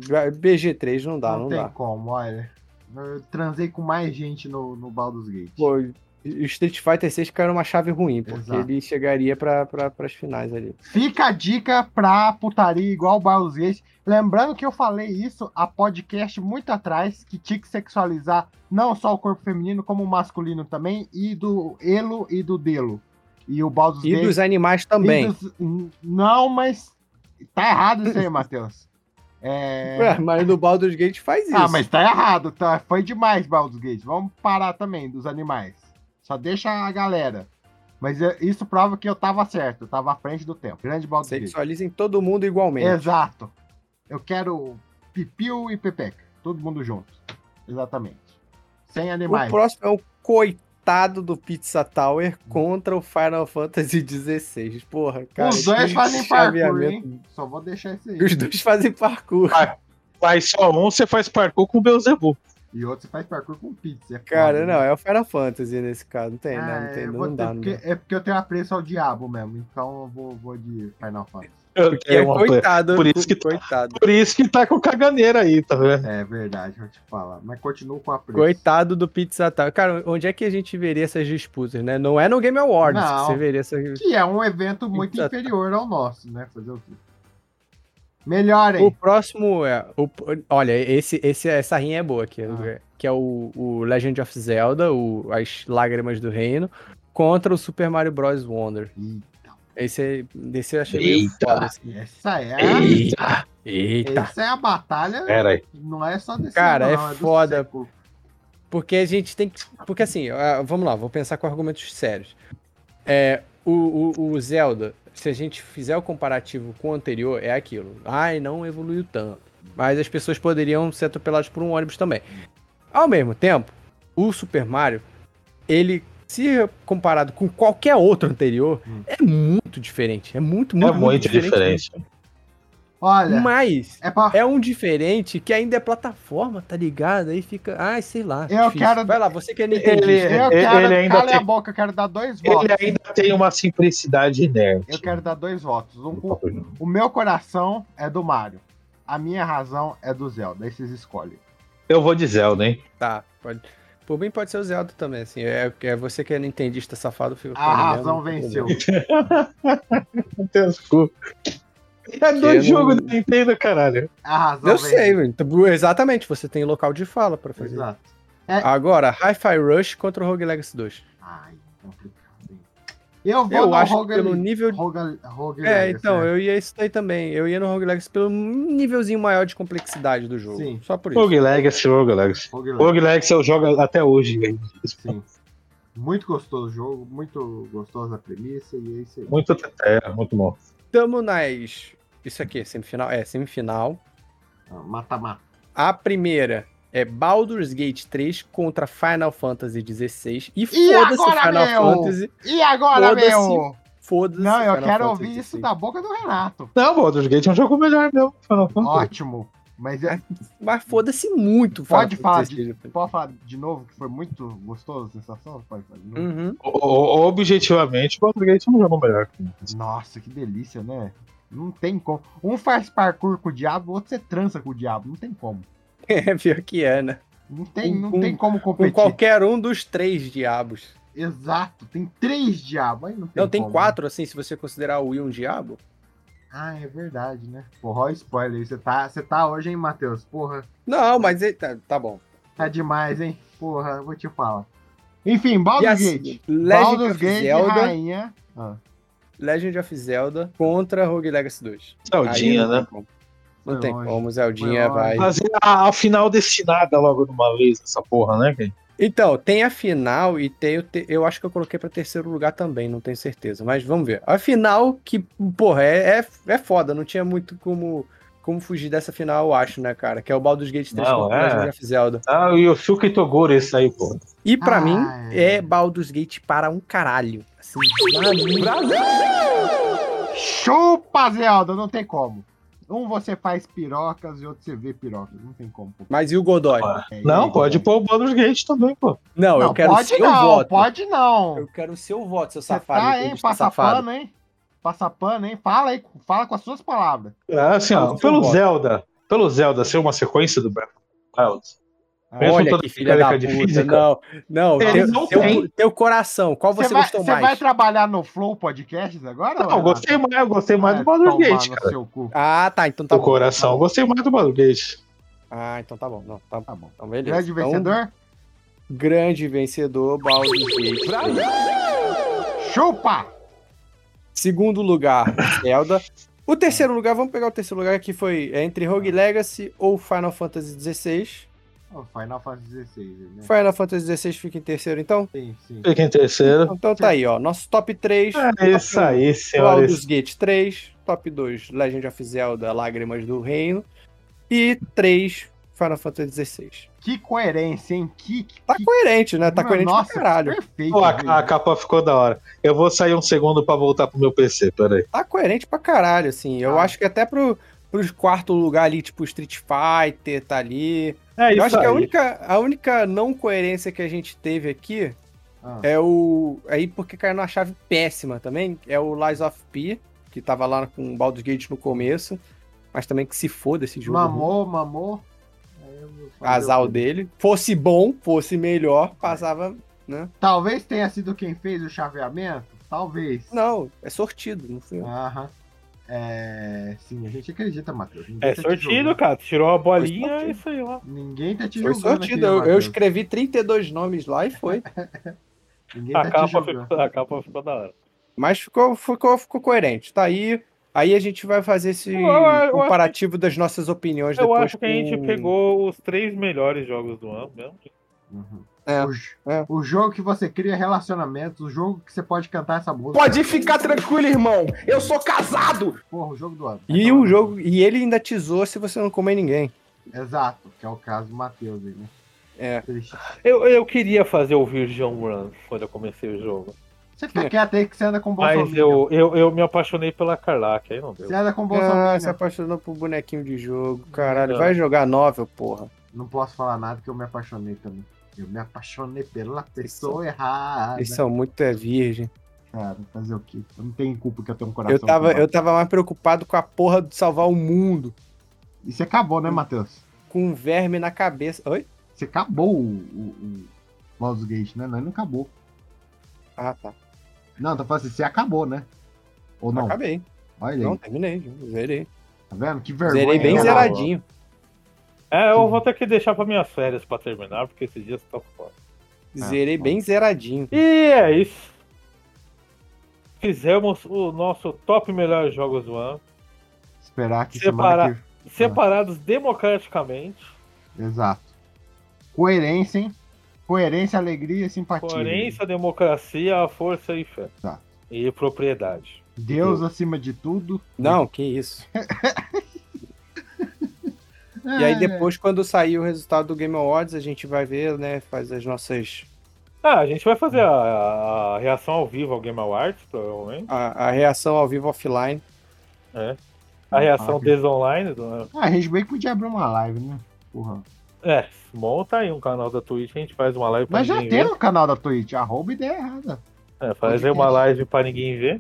B: né? BG3 não dá, não,
D: tem
B: dá.
D: como, olha. Eu transei com mais gente no, no Baldur's Gate.
B: Pô, o Street Fighter 6 caiu numa chave ruim, porque
D: Exato.
B: ele chegaria pra, pra, pras finais ali.
D: Fica a dica pra putaria igual o Baldur's Gate. Lembrando que eu falei isso a podcast muito atrás, que tinha que sexualizar não só o corpo feminino, como o masculino também, e do Elo e do Delo. E o Baldur's
B: E
D: Gate...
B: dos animais também.
D: e dos- Não, mas tá errado isso aí, Matheus. É...
B: Ué, mas do Baldur's Gate faz isso.
D: Ah, mas tá errado, tá? Foi demais, Baldur's Gate. Vamos parar também dos animais. Só deixa a galera. Mas é- isso prova que eu tava certo, eu tava à frente do tempo. Grande Baldur's Gate.
B: Sexualizem todo mundo igualmente.
D: Exato. Eu quero Pipiu e Pepeca. Todo mundo junto. Exatamente. Sem
B: o
D: animais.
B: próximo é o empatado do Pizza Tower contra o Final Fantasy XVI. Porra, cara.
D: Os dois fazem parkour, hein? Só vou deixar isso aí.
B: Os dois fazem parkour.
A: Vai, vai só um, você faz parkour com o Beelzebub.
D: E outro você faz parkour com pizza. É
B: cara,
D: foda,
B: não,
D: né?
B: é o Final Fantasy nesse caso. Não tem, né? Não tem,
D: Ah, eu
B: não,
D: vou
B: não
D: ter
B: dá. não
D: porque-
B: dá.
D: É porque eu tenho apreço ao diabo mesmo, então eu vou, vou de Final Fantasy.
B: Porque,
A: É uma-
B: coitado,
A: por isso que- tá
B: coitado.
A: Por isso que tá com caganeira aí, tá vendo?
D: É verdade, vou te falar. Mas continuo com a preço.
B: Coitado do Pizza Tower. Cara, onde é que a gente veria essas disputas, né? Não é no Game Awards que
D: Não.
B: você veria essas
D: Que é um evento muito
B: Pizza-
D: inferior ao nosso, né? Fazer o quê? Melhorem.
B: O próximo é. o- olha, esse, esse, essa rinha é boa aqui.
D: Ah.
B: Que é o, o Legend of Zelda, o, As Lágrimas do Reino, contra o Super Mario Bros. Wonder. Esse, esse eu achei meio
A: Eita.
B: foda. Assim.
D: Essa é a,
A: Eita!
B: Eita!
D: essa é a batalha.
A: Pera aí.
D: Não é só desse
B: Cara,
D: ano,
B: é
D: não, do
B: foda.
D: século.
B: Porque a gente tem que. Porque assim, ah, vamos lá, vou pensar com argumentos sérios. É, o, o, o Zelda, se a gente fizer o comparativo com o anterior, é aquilo. Ai, não evoluiu tanto. Mas as pessoas poderiam ser atropeladas por um ônibus também. Ao mesmo tempo, o Super Mario, ele, se comparado com qualquer outro anterior, é muito diferente. É muito,
A: Hum. É
B: muito,
A: muito diferente.
D: Olha,
B: Mas
D: é pra...
B: é um diferente que ainda é plataforma, tá ligado? Aí fica, ai, sei lá.
D: Eu
B: difícil.
D: quero-
B: Vai lá, você que é
A: Ele-
B: Nintendista.
D: eu
A: ele-
D: quero,
A: ele ainda
D: cala a
A: tem-
D: boca, eu quero dar dois votos.
A: Ele ainda tem uma simplicidade nerd.
D: Eu quero dar dois votos. Um
A: tá
D: com- o meu coração é do Mario. A minha razão é do Zelda. Aí vocês escolhem.
A: Eu vou de Zelda, hein?
B: Tá, pode. Por mim pode ser o Zelda também, assim. É, é você que é nintendista safado, fica
D: A
B: falando,
D: razão
B: né?
D: venceu.
A: Deus, cu. É
B: Eu não-
A: dois jogos da Nintendo, caralho.
D: A razão
B: Eu
D: venceu.
B: sei, velho. Tu- Exatamente, você tem local de fala pra fazer.
D: Exato.
B: Agora, Hi-Fi Rush contra o Rogue Legacy 2.
D: Ai, complicado. hein? Eu vou
B: Eu
D: no
B: acho que
D: Rogue
B: pelo
D: League.
B: nível de-
D: Rogue, Rogue
B: É,
D: Legacy,
B: então,
D: né?
B: eu ia isso daí também. Eu ia no Rogue Legacy pelo nívelzinho maior de complexidade do jogo.
D: Sim.
B: Só por isso.
A: Rogue Legacy, Rogue Legacy.
D: Rogue Legacy,
A: Rogue Legacy eu jogo até hoje, velho.
D: sim. Muito gostoso o jogo, muito gostosa a premissa e é isso aí.
A: Muito é, muito bom.
B: Tamo nas. Isso aqui, semifinal? É, semifinal.
D: Ah, Mata-mata.
B: A primeira é Baldur's Gate 3 contra Final Fantasy 16. E,
D: E
B: foda-se
D: agora,
B: Final
D: meu?
B: Fantasy.
D: E agora,
B: Foda-se.
D: meu?
B: Foda-se.
D: Não, eu
B: Final
D: quero
B: Fantasy
D: ouvir isso
B: 16.
D: da boca do Renato.
A: Não, Baldur's Gate é um jogo melhor mesmo. Final Fantasy.
D: Ótimo. Mas é-
B: Mas foda-se muito.
D: pode falar
B: Fantasy
D: de,
B: 16.
D: pode falar de novo que foi muito gostoso a sensação? Pode falar de novo?
B: Uhum.
A: O- o- Objetivamente, Baldur's Gate é um jogo melhor.
D: Nossa, que delícia, né? Não tem como. Um faz parkour com o diabo, o outro você trança com o diabo. Não tem como.
B: É pior que é, né?
D: Não tem,
B: Com-
D: não
B: com-
D: tem como
B: Com
D: competir.
B: qualquer um dos três diabos.
D: Exato, tem três diabos. Aí não tem
B: Não, tem
D: como,
B: quatro, assim, se você considerar o Will um diabo.
D: né? Ah, é verdade, né? Porra, ó, spoiler. Você tá, você tá hoje, hein, Matheus? Porra,
B: Não, mas ele- tá, tá bom.
D: tá demais, hein? Porra, eu vou te falar. Enfim, Baldur's
B: E assim,
D: Gate.
B: Legend
D: Baldur's
B: of
D: Gate,
B: Zelda,
D: rainha. Ah,
B: Legend of Zelda contra Rogue Legacy 2.
A: Zeldinha,
B: Aí não
A: né? Tá
B: tem como.
D: Foi
B: Não tem
D: longe.
B: como, Zeldinha
D: Foi
B: vai.
A: Fazer a, a final destinada logo de uma vez, essa porra, né, cara?
B: Então, tem a final e tem o. te- Eu acho que eu coloquei pra terceiro lugar também, não tenho certeza. Mas vamos ver. A final, que, porra, é, é, é foda, não tinha muito como, como fugir dessa final, eu acho, né, cara? Que é o Baldur's Gate 3
A: Não,
B: contra
A: é.
B: Legend of Zelda.
A: Ah, e o Shuka Toguro, esse aí, pô.
B: E pra
D: Ah,
B: mim,
D: é.
B: é Baldur's Gate para um caralho. Assim, pra mim,
D: Chupa, Zelda, não tem como. Um você faz pirocas e outro você vê pirocas. Não tem como.
B: Mas e o Godoy?
D: É,
A: Não,
D: é,
A: pode
D: é.
A: pôr o Baldur's Gate também, pô.
B: Não, eu quero o
D: pode
B: seu
D: não,
B: voto.
D: Pode não,
B: Eu quero o seu voto, seu
D: Você
B: safado.
D: tá, hein?
B: nintendista
D: Passa
B: safado.
D: pano, hein? Passa pano, hein? Fala aí, fala com as suas palavras.
A: Ah, assim, ó,
B: Eu
A: pelo
B: voto.
A: Zelda, pelo Zelda ser uma sequência do Breath of the Wild, Mesmo
B: Olha
A: toda
B: que
A: a
B: filha da
A: mecânica
B: puta.
A: de física.
B: Não, não.
A: Ele
B: Teu,
A: não
B: teu-
A: tem.
B: teu coração, qual você,
D: vai,
B: gostou
D: você
B: mais?
D: vai trabalhar no Flow Podcasts agora? É,
A: Não, eu gostei mais, eu gostei
B: É,
A: mais do Baldur's
D: Baldur's
A: Gate, cara.
B: Ah, tá, então tá
A: Do
B: bom.
A: coração, eu gostei mais do Baldur's Gate.
B: Ah, então tá bom. Não, tá,
D: Tá bom.
B: então beleza.
D: Grande
B: Então,
D: vencedor?
B: grande vencedor, Baldur's Gate.
D: Chupa!
B: Segundo lugar, Zelda. O terceiro lugar, vamos pegar o terceiro lugar que foi é entre Rogue Legacy ou Final Fantasy XVI.
D: Ô, Final Fantasy XVI, né?
B: Final Fantasy XVI fica em terceiro, então?
D: Sim, sim.
A: Fica em terceiro.
B: Então tá aí, ó. Nosso top 3.
A: É isso aí, senhoras.
B: Baldur's Gate 3, top 2 Legend of Zelda Lágrimas do Reino e 3 Final Fantasy XVI.
D: Que coerência, hein? Que, que
B: tá coerente, né? Tá Mano, coerente nossa, pra caralho.
P: Perfeito, Pô, a, a, capa ficou da hora. Eu vou sair um segundo para voltar pro meu PC, peraí.
B: Tá coerente pra caralho, assim. Eu ah. acho que até pro, pros quarto lugar ali, tipo Street Fighter, tá ali. É isso Eu acho aí. que a única, a única não coerência que a gente teve aqui ah. é o. Aí porque caiu na chave péssima também, é o Lies of P, que tava lá com o Baldur's Gate no começo. Mas também que se foda esse jogo. né?
D: Mamou, mamou.
B: Casal dele. Fosse bom, fosse melhor, passava, né?
D: Talvez tenha sido quem fez o chaveamento. Talvez.
B: Não, é sortido, não foi eu.
D: Aham. É... Sim, a gente acredita, Matheus.
A: Ninguém é tá sortido, cara. Tirou a bolinha é e foi lá.
D: Ninguém tá te
B: foi
D: julgando.
B: sortido. Aqui, eu, eu, escrevi 32 nomes lá e foi.
A: a, tá capa ficou, a capa ficou da hora.
B: Mas ficou, ficou, ficou coerente. Tá aí. Aí a gente vai fazer esse eu, eu comparativo que... das nossas opiniões
A: eu
B: depois.
A: Eu acho que com... a gente pegou os três melhores jogos do ano mesmo.
D: Uhum. É, o, é. o, jogo que você cria relacionamentos, o jogo que você pode cantar essa música.
Q: Pode ficar tranquilo, irmão. Eu sou casado.
D: Porra, o jogo do ano.
B: E é o jogo, e ele ainda tisou se você não comer ninguém.
D: Exato, que é o caso do Matheus aí, né?
B: É.
A: Eu, eu queria fazer o Virgin Run quando eu comecei o jogo.
D: Você fica quieto aí que você anda com
A: Bolsonaro. Mas eu, eu, eu me apaixonei pela Carlac, aí não deu.
D: Você anda com Bolsonaro. né?
B: Ah, se apaixonou por bonequinho de jogo, caralho.
A: É.
B: Não. Vai jogar novel, porra.
D: Não posso falar nada que eu me apaixonei também. Eu me apaixonei pela pessoa
B: Eles
D: errada.
B: Eles são muito é virgem.
D: Cara, fazer o quê? Eu não tem culpa que eu tenho um coração.
B: Eu tava, eu tava mais preocupado com a porra de salvar o mundo.
D: Isso acabou, né, Matheus?
B: Com um verme na cabeça. Oi?
D: Você acabou o, o, o Baldur's Gate, né? Não, não acabou.
B: Ah, tá.
D: Não, tô falando assim, você acabou, né? Ou não?
B: Acabei.
D: Olha aí.
B: Não, terminei, zerei.
D: Tá vendo? Que vergonha.
B: Zerei bem zeradinho.
A: É, eu vou ter que deixar pra minhas férias pra terminar, porque esses dias tá foda.
D: É.
B: Zerei ah, bem zeradinho.
A: E é isso. Fizemos o nosso top melhores jogos do ano.
D: Esperar que
A: Separa... que... Separados ah. democraticamente.
D: Exato. Coerência, hein? Coerência, alegria e simpatia.
A: Coerência, democracia, força e fé. Tá. E propriedade.
D: Deus Entendeu? acima de tudo.
B: Não, que isso. e aí depois, quando sair o resultado do Game Awards, a gente vai ver, né? Faz as nossas.
A: Ah, a gente vai fazer a, a reação ao vivo ao Game Awards, provavelmente.
B: A, a reação ao vivo offline.
A: É. A reação ah, desonline. Do...
D: Ah, a gente bem que podia abrir uma live, né? Porra.
A: É, monta aí um canal da Twitch, a gente faz uma live pra
D: Mas
A: ninguém
D: ver. Mas já
A: tem
D: um canal da Twitch, arroba ideia errada.
A: É, fazer uma live pra ninguém ver.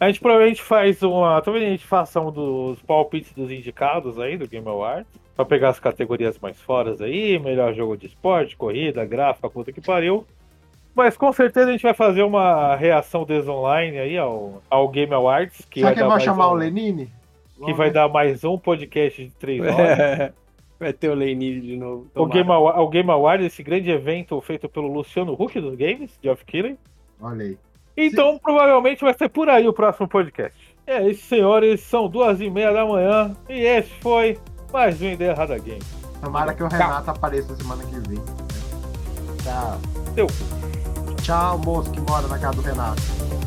A: A gente provavelmente faz uma. Talvez a gente faça um dos palpites dos indicados aí do Game Awards. Pra pegar as categorias mais foras aí, melhor jogo de esporte, corrida, gráfica, puta que pariu. Mas com certeza a gente vai fazer uma reação desonline aí ao, ao Game Awards. Que
D: Será que vai chamar um, o Lenine?
A: né? Que Vamos vai ver. dar mais um podcast de três horas. É.
B: Vai ter o Lenine de novo.
A: O Game, Award, o Game Award, esse grande evento feito pelo Luciano Huck dos games, de Off-Killing.
D: Olha aí.
A: Então, Sim. provavelmente vai ser por aí o próximo podcast. É isso, senhores. São duas e meia da manhã. E esse foi mais um Ideia Errada Game.
D: Tomara
A: Tá.
D: que o Renato Tchau. apareça semana que vem. Tá. Tchau.
A: Teu.
D: Tchau, moço que mora na casa do Renato.